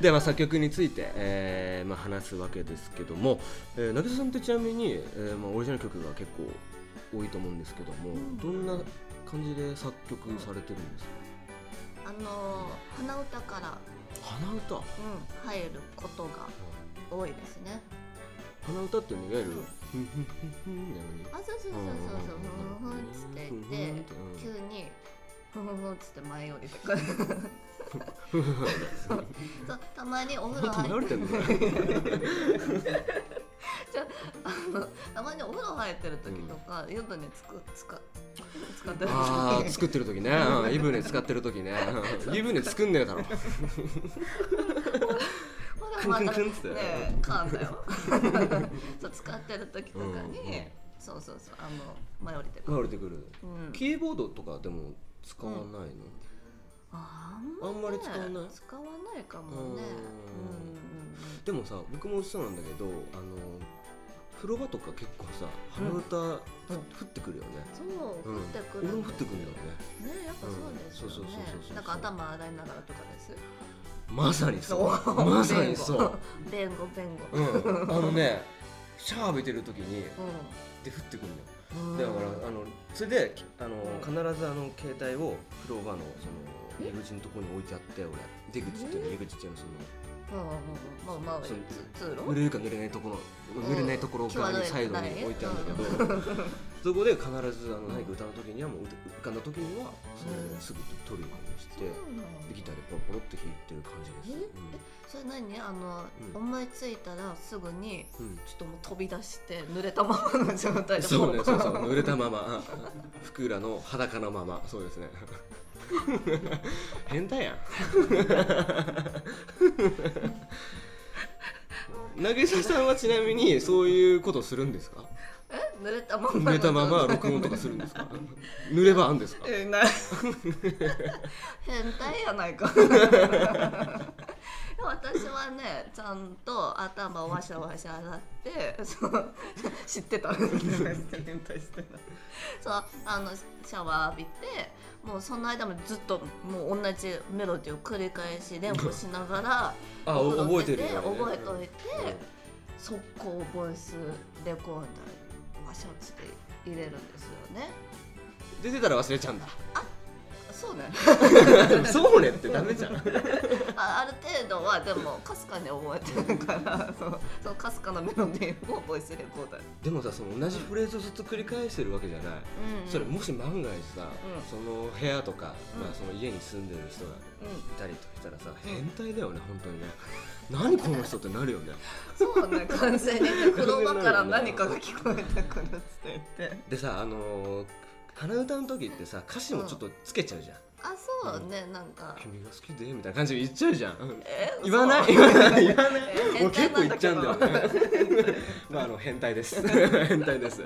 [SPEAKER 2] で、まあ、作曲について、えーまあ、話すわけですけども、えー、渚さんってちなみに、えーまあ、オリジナル曲が結構多いと思うんですけども、どんな感じで作曲されてるんですか、
[SPEAKER 3] あの鼻歌から、
[SPEAKER 2] 鼻歌
[SPEAKER 3] うん、入ることが多いですね
[SPEAKER 2] 鼻歌っていうのいわゆる「ふんふんふんふん」なのに
[SPEAKER 3] あそうそうそうそうそうふんふんふんっつって言って急にふんふんふんっつって前よりとかそうたまにお風呂
[SPEAKER 2] 本当迷
[SPEAKER 3] 入
[SPEAKER 2] わ
[SPEAKER 3] っ
[SPEAKER 2] れ
[SPEAKER 3] て
[SPEAKER 2] てんのかな
[SPEAKER 3] たまにお風呂入ってる時とか湯船つくつか使ってる
[SPEAKER 2] あー
[SPEAKER 3] 時
[SPEAKER 2] 作ってる時ねうん湯船使ってる時ねうん湯船作んねえだろ
[SPEAKER 3] ほらまた
[SPEAKER 2] クンクン
[SPEAKER 3] ね
[SPEAKER 2] クンっ
[SPEAKER 3] 噛
[SPEAKER 2] つって
[SPEAKER 3] んだよそう使ってる時とかに、
[SPEAKER 2] うんうん
[SPEAKER 3] そうそうそうあの前降りてくる、
[SPEAKER 2] 倒れてくる
[SPEAKER 3] うん、
[SPEAKER 2] キーボードとかでも使わないの、
[SPEAKER 3] あ
[SPEAKER 2] あんまり使わない
[SPEAKER 3] 使わないかもね
[SPEAKER 2] でもさ僕もそうなんだけどあの風呂場とか結構さ鼻歌、ふ降ってくるよね、
[SPEAKER 3] うんうんうんそう
[SPEAKER 2] うん
[SPEAKER 3] 降ってくる、
[SPEAKER 2] 俺も降ってくるんだよね
[SPEAKER 3] ねやっぱそうです
[SPEAKER 2] うんそうそ
[SPEAKER 3] よ
[SPEAKER 2] うそうそうそう
[SPEAKER 3] ねなんか頭洗いながらとかです
[SPEAKER 2] まさにそう
[SPEAKER 3] お
[SPEAKER 2] まさにそう、
[SPEAKER 3] 弁護弁護
[SPEAKER 2] うん、あのねシャワー浴びてる時に
[SPEAKER 3] う
[SPEAKER 2] で降ってくるんだよ
[SPEAKER 3] ん
[SPEAKER 2] だからあのそれであ
[SPEAKER 3] う
[SPEAKER 2] の、
[SPEAKER 3] ん
[SPEAKER 2] 必ずあの携帯を風呂場のその入り口のところに置いてあって俺出口っていうの入り口っていうのは
[SPEAKER 3] うんうんうんまあまあ
[SPEAKER 2] そう
[SPEAKER 3] つ通
[SPEAKER 2] そ
[SPEAKER 3] 路
[SPEAKER 2] の濡れるか濡れないところ
[SPEAKER 3] うん
[SPEAKER 2] 濡れないところ側にサイドに置いてあるんだけど、 そこで必ずあの何か歌の時にはもう歌浮かんだ時にはそれをすぐ取るようにして、
[SPEAKER 3] そうなんだ
[SPEAKER 2] でギターでポロポロって弾いてる感じです。
[SPEAKER 3] それ何あの、
[SPEAKER 2] うん
[SPEAKER 3] 思いついたらすぐに
[SPEAKER 2] うんうん
[SPEAKER 3] ちょっともう飛び出して濡れたままの状態で
[SPEAKER 2] そうね、そうそう、濡れたまま、福浦の裸のまま、そうですね。変態やん。なぎささんはちなみに、そういうことするんですか。
[SPEAKER 3] え濡れたまま
[SPEAKER 2] 濡れたまま録音とかするんですか。濡ればあんですか。
[SPEAKER 3] えない 変態やないか 私はねちゃんと頭をわしゃわしゃ洗ってそう知って た変態してたそうあのシャワー浴びてもうその間もずっともう同じメロディーを繰り返し練習しながら
[SPEAKER 2] あ、お覚えてるよ、ね。
[SPEAKER 3] 覚えておいて、速攻ボイスレコーダーにわしゃつって入れるんですよね
[SPEAKER 2] うん出てたら忘れちゃうん
[SPEAKER 3] そうね
[SPEAKER 2] だ。 そうねってダメじゃん。
[SPEAKER 3] あある程度はでもかすかに覚えてるからそうそのかすかなメロディーをボイスレコーダーに、
[SPEAKER 2] でもさ、その同じフレーズをずっと繰り返してるわけじゃない。それもし万が一さ、
[SPEAKER 3] うん
[SPEAKER 2] その部屋とか、
[SPEAKER 3] うん
[SPEAKER 2] まあ、その家に住んでる人が
[SPEAKER 3] うん
[SPEAKER 2] いたりとしたらさ、変態だよね本当にね何この人ってなるよね
[SPEAKER 3] そうね完全に風呂場から何かが聞こえてくるっつって言って
[SPEAKER 2] でさあのー鼻歌の時ってさ歌詞もちょっとつけちゃうじゃん「
[SPEAKER 3] あそうねなんか
[SPEAKER 2] 君が好きで」みたいな感じで言っちゃうじゃん、うん
[SPEAKER 3] え
[SPEAKER 2] 言わない
[SPEAKER 3] 嘘
[SPEAKER 2] 言わない言わない
[SPEAKER 3] え
[SPEAKER 2] もう結構言っちゃうんだよ
[SPEAKER 3] 変態なんだ
[SPEAKER 2] ね まああの変態です 変態です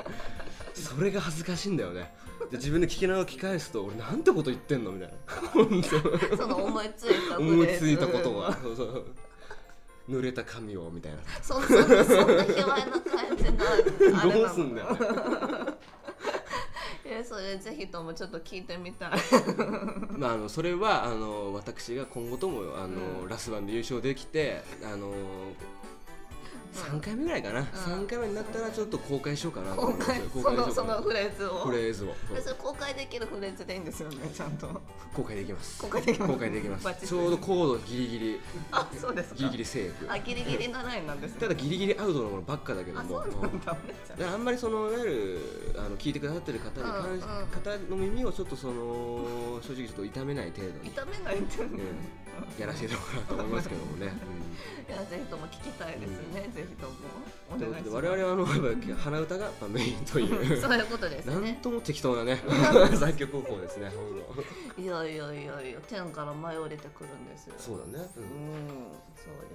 [SPEAKER 2] それが恥ずかしいんだよねで自分で聞き直聞き返すと俺なんてこと言ってんのみたいな本当
[SPEAKER 3] その思いついた
[SPEAKER 2] 思いついたことはそうそう濡れた髪をみたいな
[SPEAKER 3] そんなそんな卑猥な感じのあれ
[SPEAKER 2] どう
[SPEAKER 3] な
[SPEAKER 2] す
[SPEAKER 3] の
[SPEAKER 2] んだよ、ね、
[SPEAKER 3] えそれぜひともちょっと聞いてみたい
[SPEAKER 2] まああのそれはあの私が今後ともあの、
[SPEAKER 3] うん
[SPEAKER 2] ラスワンで優勝できてあの3回目ぐらいかな、3回目になったらちょっと公開しようかなと思
[SPEAKER 3] 公
[SPEAKER 2] って
[SPEAKER 3] 開
[SPEAKER 2] 公
[SPEAKER 3] そ
[SPEAKER 2] 開
[SPEAKER 3] の
[SPEAKER 2] しよう
[SPEAKER 3] そ
[SPEAKER 2] かな
[SPEAKER 3] のフレーズを
[SPEAKER 2] フレーズを
[SPEAKER 3] でそれ公開できるフレーズでいいんですよねちゃんと
[SPEAKER 2] 公開で きます
[SPEAKER 3] 公開できます
[SPEAKER 2] 公開できま
[SPEAKER 3] バッチ
[SPEAKER 2] す
[SPEAKER 3] リ
[SPEAKER 2] ちょうどコードギリギリ
[SPEAKER 3] あそうですか
[SPEAKER 2] ギリギリセーフ
[SPEAKER 3] あギリギリのラインなんですね
[SPEAKER 2] ただギリギリアウトのものばっかだけど
[SPEAKER 3] あ
[SPEAKER 2] も
[SPEAKER 3] そうなんだめっちゃ
[SPEAKER 2] だからあんまりそのいわゆるあの聞いてくださってる方に関し、
[SPEAKER 3] うんうん
[SPEAKER 2] 方の耳をちょっとその正直ちょっと痛めない程度に、
[SPEAKER 3] 痛めないって
[SPEAKER 2] うん
[SPEAKER 3] ね
[SPEAKER 2] やらせてもらおうと思いますけどもね。
[SPEAKER 3] いやぜひとも聞きたいですね、ぜひとも
[SPEAKER 2] う
[SPEAKER 3] お
[SPEAKER 2] ん、というこ
[SPEAKER 3] 願い
[SPEAKER 2] と
[SPEAKER 3] し
[SPEAKER 2] で
[SPEAKER 3] ま
[SPEAKER 2] 我々はあのやっぱり鼻歌がやっぱメインとい
[SPEAKER 3] す そう
[SPEAKER 2] う。
[SPEAKER 3] いうことです
[SPEAKER 2] なん
[SPEAKER 3] ね
[SPEAKER 2] とも適当なね 作曲方法ですね。
[SPEAKER 3] いやいやいやいや天から舞い降りてくるんですよ
[SPEAKER 2] そうだね。
[SPEAKER 3] うんそう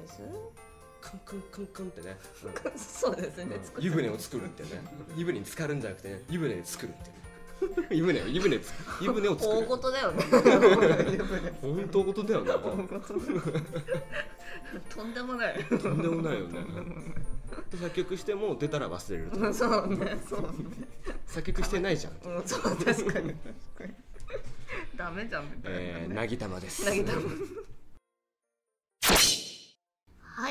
[SPEAKER 3] です
[SPEAKER 2] カンカンカンカンってね、うん
[SPEAKER 3] そうですね、
[SPEAKER 2] うん
[SPEAKER 3] 作っ
[SPEAKER 2] 湯船を作るってね湯船に浸かるんじゃなくてね湯船で作 るってね 湯船を湯船をつ湯船を作
[SPEAKER 3] 大
[SPEAKER 2] る
[SPEAKER 3] 事だよね
[SPEAKER 2] 本当ことだよな
[SPEAKER 3] とんでもない
[SPEAKER 2] とんでもないよねで作曲しても出たら忘れると
[SPEAKER 3] そうねそうね
[SPEAKER 2] 作曲してないじゃん
[SPEAKER 3] うんそう確かにダメじゃんみたいな、
[SPEAKER 2] えー、なぎたまです
[SPEAKER 3] なぎ玉は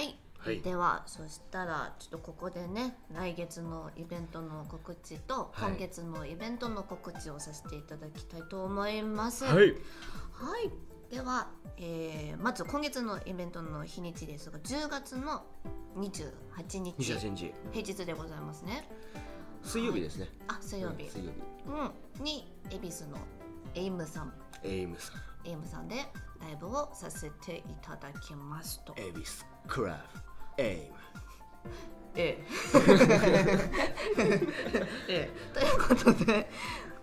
[SPEAKER 3] い、
[SPEAKER 2] はい
[SPEAKER 3] ではそしたらちょっとここでね来月のイベントの告知と、
[SPEAKER 2] はい
[SPEAKER 3] 今月のイベントの告知をさせていただきたいと思います。
[SPEAKER 2] は
[SPEAKER 3] は
[SPEAKER 2] い
[SPEAKER 3] いでは、えーまず今月のイベントの日にちですが10月の28日
[SPEAKER 2] 西
[SPEAKER 3] 平
[SPEAKER 2] 田千治
[SPEAKER 3] 日でございますね
[SPEAKER 2] 水曜日ですね
[SPEAKER 3] あ水曜日、
[SPEAKER 2] うん水曜日
[SPEAKER 3] うん、に恵比寿のエイムさん
[SPEAKER 2] エイムさん
[SPEAKER 3] エイムさんでライブをさせていただきますと
[SPEAKER 2] エビスクラブエイム
[SPEAKER 3] ええええということで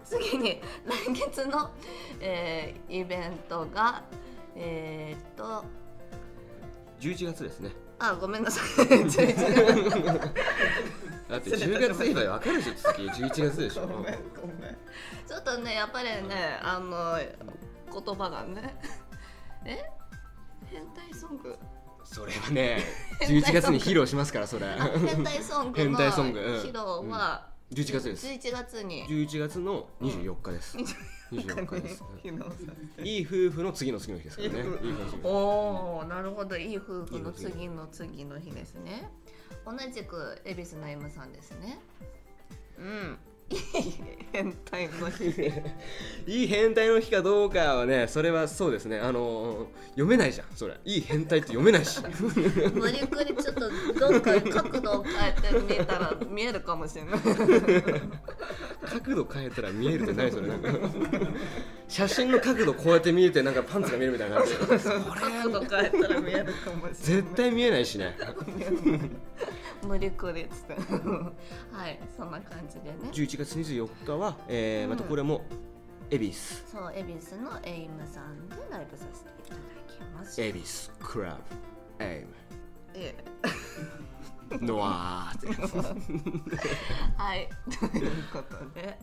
[SPEAKER 3] 次に来月の、えーイベントがえーっと
[SPEAKER 2] 11月ですね
[SPEAKER 3] あごめんなさい11
[SPEAKER 2] だって10月以外分かるでしょ次11月でしょ
[SPEAKER 3] ちょっとねやっぱりねあの言葉がねえ変態ソング
[SPEAKER 2] それはね11月に披露しますからそれ
[SPEAKER 3] あ 変態ソングの
[SPEAKER 2] 変態ソングうん
[SPEAKER 3] 披露は
[SPEAKER 2] 11月です
[SPEAKER 3] 11月に
[SPEAKER 2] 11月の24日です24日ですいい夫婦の次の次の日ですからねいい夫婦 の
[SPEAKER 3] おおなるほどいい夫婦の次の次の日ですね同じく恵比寿の M さんですね うんいい変態の日
[SPEAKER 2] 次の日 いい変態の日かどうかはねそれはそうですねあのー読めないじゃんそれいい変態って読めないし
[SPEAKER 3] 無理くりちょっとどっか角度を変えてみたら見えるかもしれない
[SPEAKER 2] 角度変えたら見えるってないそれな んか写真の角度こうやって見えてなんかパンツが見えるみたいな感じ
[SPEAKER 3] 角度変えたら見えるかもしれ
[SPEAKER 2] 絶
[SPEAKER 3] ない
[SPEAKER 2] 対見えないしね
[SPEAKER 3] 無理くりっつって はいそんな感じでね
[SPEAKER 2] 11月24日は、えーまたこれも恵比寿
[SPEAKER 3] そう恵比寿のエイムさんでライブさせていただきます
[SPEAKER 2] 恵比寿クラブエイム
[SPEAKER 3] ええ
[SPEAKER 2] ノアーって
[SPEAKER 3] はい、ということで、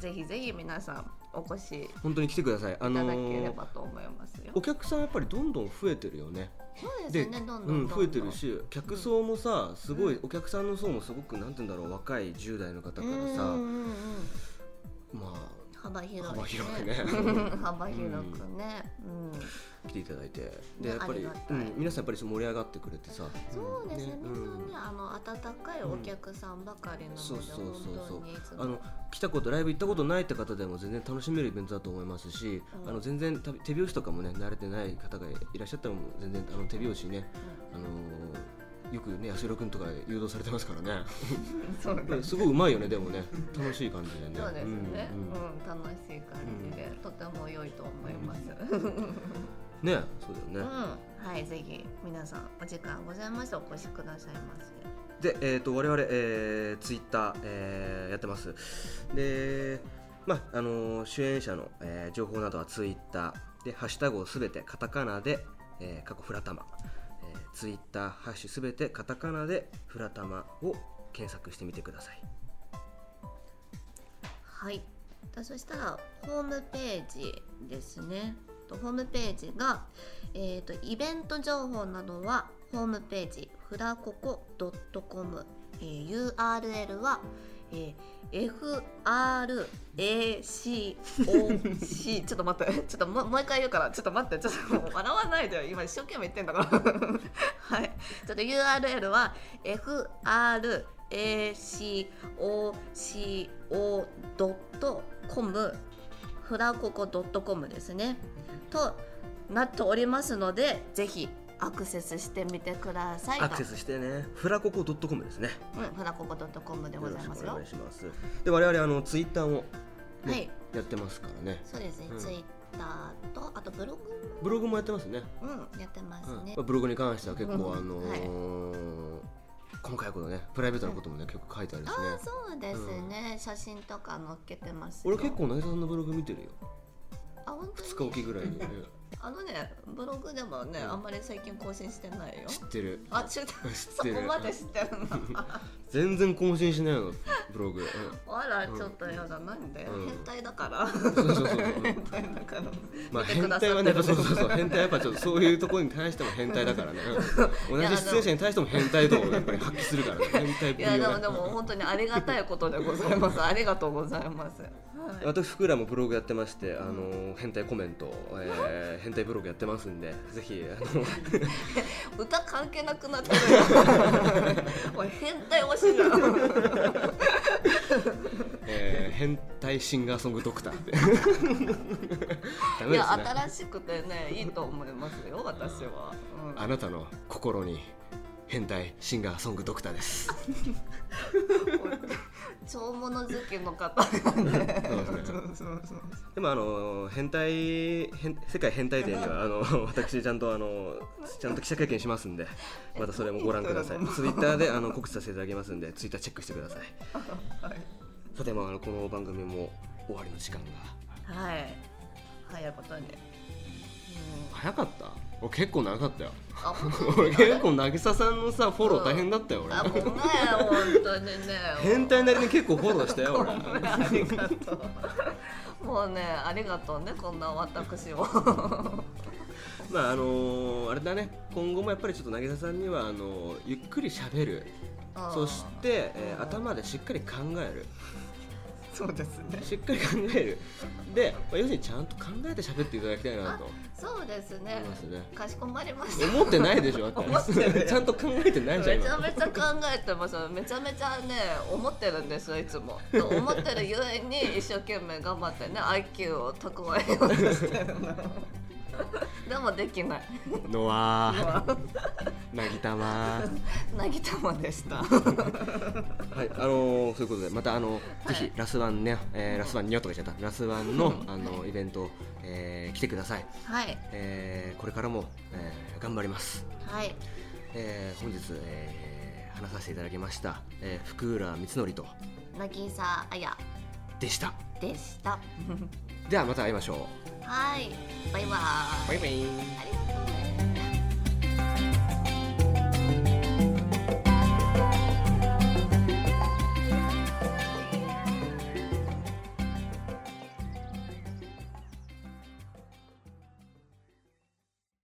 [SPEAKER 3] ぜひぜひ皆さんお越しい
[SPEAKER 2] 本当に来てくださいあ
[SPEAKER 3] た
[SPEAKER 2] の
[SPEAKER 3] だけれ
[SPEAKER 2] ー
[SPEAKER 3] ばと思いますよ
[SPEAKER 2] お。客さんやっぱりどんどん増えてるよね
[SPEAKER 3] そう
[SPEAKER 2] で
[SPEAKER 3] ですね、どんどんど
[SPEAKER 2] うん
[SPEAKER 3] んどん
[SPEAKER 2] 増えてる。し客層もさすごいお客さんの層もすごくなんて言うんだろう若い10代の方か
[SPEAKER 3] う
[SPEAKER 2] ら
[SPEAKER 3] んうん
[SPEAKER 2] さ
[SPEAKER 3] うんうん、
[SPEAKER 2] ま
[SPEAKER 3] 幅広い、
[SPEAKER 2] 幅広くね
[SPEAKER 3] 幅広くね、うん、
[SPEAKER 2] あ来ていただいて
[SPEAKER 3] ね
[SPEAKER 2] でやっぱり
[SPEAKER 3] ありがた
[SPEAKER 2] う
[SPEAKER 3] い
[SPEAKER 2] ん皆さんやっぱりそう盛り上がってくれてさ
[SPEAKER 3] そうですね、
[SPEAKER 2] ね
[SPEAKER 3] みんなね、あの温かいお客さんばかりなので、
[SPEAKER 2] そうそうそうそう
[SPEAKER 3] 本当にいつも
[SPEAKER 2] あの来たことライブ行ったことないって方でも全然楽しめるイベントだと思いますし、
[SPEAKER 3] うん
[SPEAKER 2] あの全然た手拍子とかもね慣れてない方がいらっしゃったらもう全然あの手拍子ね、あのーよくね安弘君とか誘導されてますからね
[SPEAKER 3] そうね
[SPEAKER 2] すごいうまいよねでもね楽しい感じでね
[SPEAKER 3] そうですね、
[SPEAKER 2] うんうん
[SPEAKER 3] うん、楽しい感じで、とても良いと思います。
[SPEAKER 2] ねそうだよね、
[SPEAKER 3] うん、はい、ぜひ皆さんお時間ございましたらお越しくださいませ。
[SPEAKER 2] で、えー、と我々、えツイッター Twitter、えーやってますで、まああのー主演者の、えー情報などはツイッターでハッシュタグをすべてカタカナで、えー、過去フラタマ、えー、ツイッターハッシュすべてカタカナでフラタマを検索してみてください
[SPEAKER 3] はい。だそしたらホームページですね。とホームページが、えー、とイベント情報などはホームページフラココ .com、えー、URL は、えー FRACOC ちょっと待ってちょっともうもう一回言うからちょっと待ってちょっともう笑わないでよ今一生懸命言ってんだから はいちょっと URL は FRACOCO.com フラココ .com ですねとなっておりますのでぜひアクセスしてみてくださいと
[SPEAKER 2] アクセスしてねフラココ .com ですね
[SPEAKER 3] うん、フラココ .com で
[SPEAKER 2] よ
[SPEAKER 3] ご
[SPEAKER 2] ろ
[SPEAKER 3] ざい
[SPEAKER 2] しく
[SPEAKER 3] ます
[SPEAKER 2] お
[SPEAKER 3] よ
[SPEAKER 2] 願いしますで我々あのツイッターもね
[SPEAKER 3] はい
[SPEAKER 2] やってますからね
[SPEAKER 3] そうですね、
[SPEAKER 2] うん
[SPEAKER 3] ツイッターとあとブログ
[SPEAKER 2] ブログもやってますね
[SPEAKER 3] も、うん、やってます
[SPEAKER 2] うん
[SPEAKER 3] ね、
[SPEAKER 2] まあブログに関しては結構、
[SPEAKER 3] うん
[SPEAKER 2] あのー細かいことねプライベートなこともね、結構書いてあるしね
[SPEAKER 3] ああそうですね、写真とか載っけてますよ
[SPEAKER 2] 俺結構内田さんのブログ見てるよ
[SPEAKER 3] あ本当に
[SPEAKER 2] 2日おきぐらいに、ね、
[SPEAKER 3] あのねブログでもね、
[SPEAKER 2] うん
[SPEAKER 3] あんまり最近更新してないよ
[SPEAKER 2] 知ってる
[SPEAKER 3] あ知ってる
[SPEAKER 2] 知っ
[SPEAKER 3] そ
[SPEAKER 2] て
[SPEAKER 3] こ
[SPEAKER 2] る
[SPEAKER 3] まで知ってるの
[SPEAKER 2] 全然更新しないのブログ、うん
[SPEAKER 3] あらちょっとやだなんで、
[SPEAKER 2] うん
[SPEAKER 3] 変態だから
[SPEAKER 2] そ うそうそううん
[SPEAKER 3] 変態だから
[SPEAKER 2] まあ
[SPEAKER 3] 見てく
[SPEAKER 2] 変
[SPEAKER 3] ださって
[SPEAKER 2] 態
[SPEAKER 3] る
[SPEAKER 2] はねやっぱそうそうそう変態はやっぱちょっとそういうところに対しても変態だからねうん
[SPEAKER 3] い
[SPEAKER 2] 同
[SPEAKER 3] や
[SPEAKER 2] じ出演者に対しても変態度をやっぱり発揮す るからね変態
[SPEAKER 3] い
[SPEAKER 2] ぶ
[SPEAKER 3] や
[SPEAKER 2] り
[SPEAKER 3] で
[SPEAKER 2] を
[SPEAKER 3] も
[SPEAKER 2] ね
[SPEAKER 3] でも本当にありがたいことでございますありがとうございます、はい、
[SPEAKER 2] 私福浦もブログやってまして、あの変態コメント、えー変態ブログやってますんでぜひあの
[SPEAKER 3] 歌関係なくなって るよおい変態推しじゃん
[SPEAKER 2] えー変態シンガーソングドクタ ーって。ダ
[SPEAKER 3] い
[SPEAKER 2] メで
[SPEAKER 3] や
[SPEAKER 2] すね。
[SPEAKER 3] 新しくてねいいと思いますよ私は、うん
[SPEAKER 2] あなたの心に変態シンガーソングドクター です。
[SPEAKER 3] 超物好きの方がね
[SPEAKER 2] そうですね
[SPEAKER 3] そうそうそう
[SPEAKER 2] でもあの変態変世界変態展にはあの私ちゃんとあのちゃんと記者会見しますんで、またそれもご覧ください
[SPEAKER 3] えどういう。こ
[SPEAKER 2] ツイッターであの告知させていただきますんで、ツイッターチェックしてください。
[SPEAKER 3] はい
[SPEAKER 2] さてまああのこの番組も終わりの時間が
[SPEAKER 3] はい早いことに、うん、
[SPEAKER 2] 早かった。俺結構長かったよ。
[SPEAKER 3] あ本当
[SPEAKER 2] 俺結構渚さんのさフォロー大変だったよ俺。
[SPEAKER 3] あごめん本当にね
[SPEAKER 2] 変態なりに結構フォローし たよ俺。
[SPEAKER 3] ごめんありがとうもうねありがとうねこんな私を
[SPEAKER 2] まああのーあれだね今後もやっぱりちょっと渚さんにはあのーゆっくり喋る
[SPEAKER 3] あー
[SPEAKER 2] そして、えー
[SPEAKER 3] うん
[SPEAKER 2] 頭でしっかり考える
[SPEAKER 3] そうですね
[SPEAKER 2] しっかり考えるで、まあ、要するにちゃんと考えて喋っていただきたいなと
[SPEAKER 3] そうですね
[SPEAKER 2] 思いますね
[SPEAKER 3] かしこまりました
[SPEAKER 2] 思ってないでしょだ
[SPEAKER 3] 思
[SPEAKER 2] っ
[SPEAKER 3] っててる
[SPEAKER 2] ちゃんと考えてないじゃん
[SPEAKER 3] めちゃ
[SPEAKER 2] 今
[SPEAKER 3] めちゃ考えてますめちゃめちゃね思ってるんですよいつも思ってるゆえに一生懸命頑張ってね IQ を蓄えようとしてるのでもできない
[SPEAKER 2] のわーなぎたま
[SPEAKER 3] なぎたまでした
[SPEAKER 2] はい、あのー、そういうことで、また、あ
[SPEAKER 3] は
[SPEAKER 2] のー
[SPEAKER 3] い
[SPEAKER 2] ぜひラスワンね、えーラスワンにょとか言っちゃった、ラスワンの、あのーイベント、えー来てください。
[SPEAKER 3] はい
[SPEAKER 2] えーこれからも、えー頑張ります。
[SPEAKER 3] はい
[SPEAKER 2] えー本日、えー話させていただきました、えー福浦光則と
[SPEAKER 3] 渚あや
[SPEAKER 2] でした
[SPEAKER 3] でした
[SPEAKER 2] ではまた会いましょ
[SPEAKER 3] はいバイバ
[SPEAKER 2] うバイバイ
[SPEAKER 3] イありがとう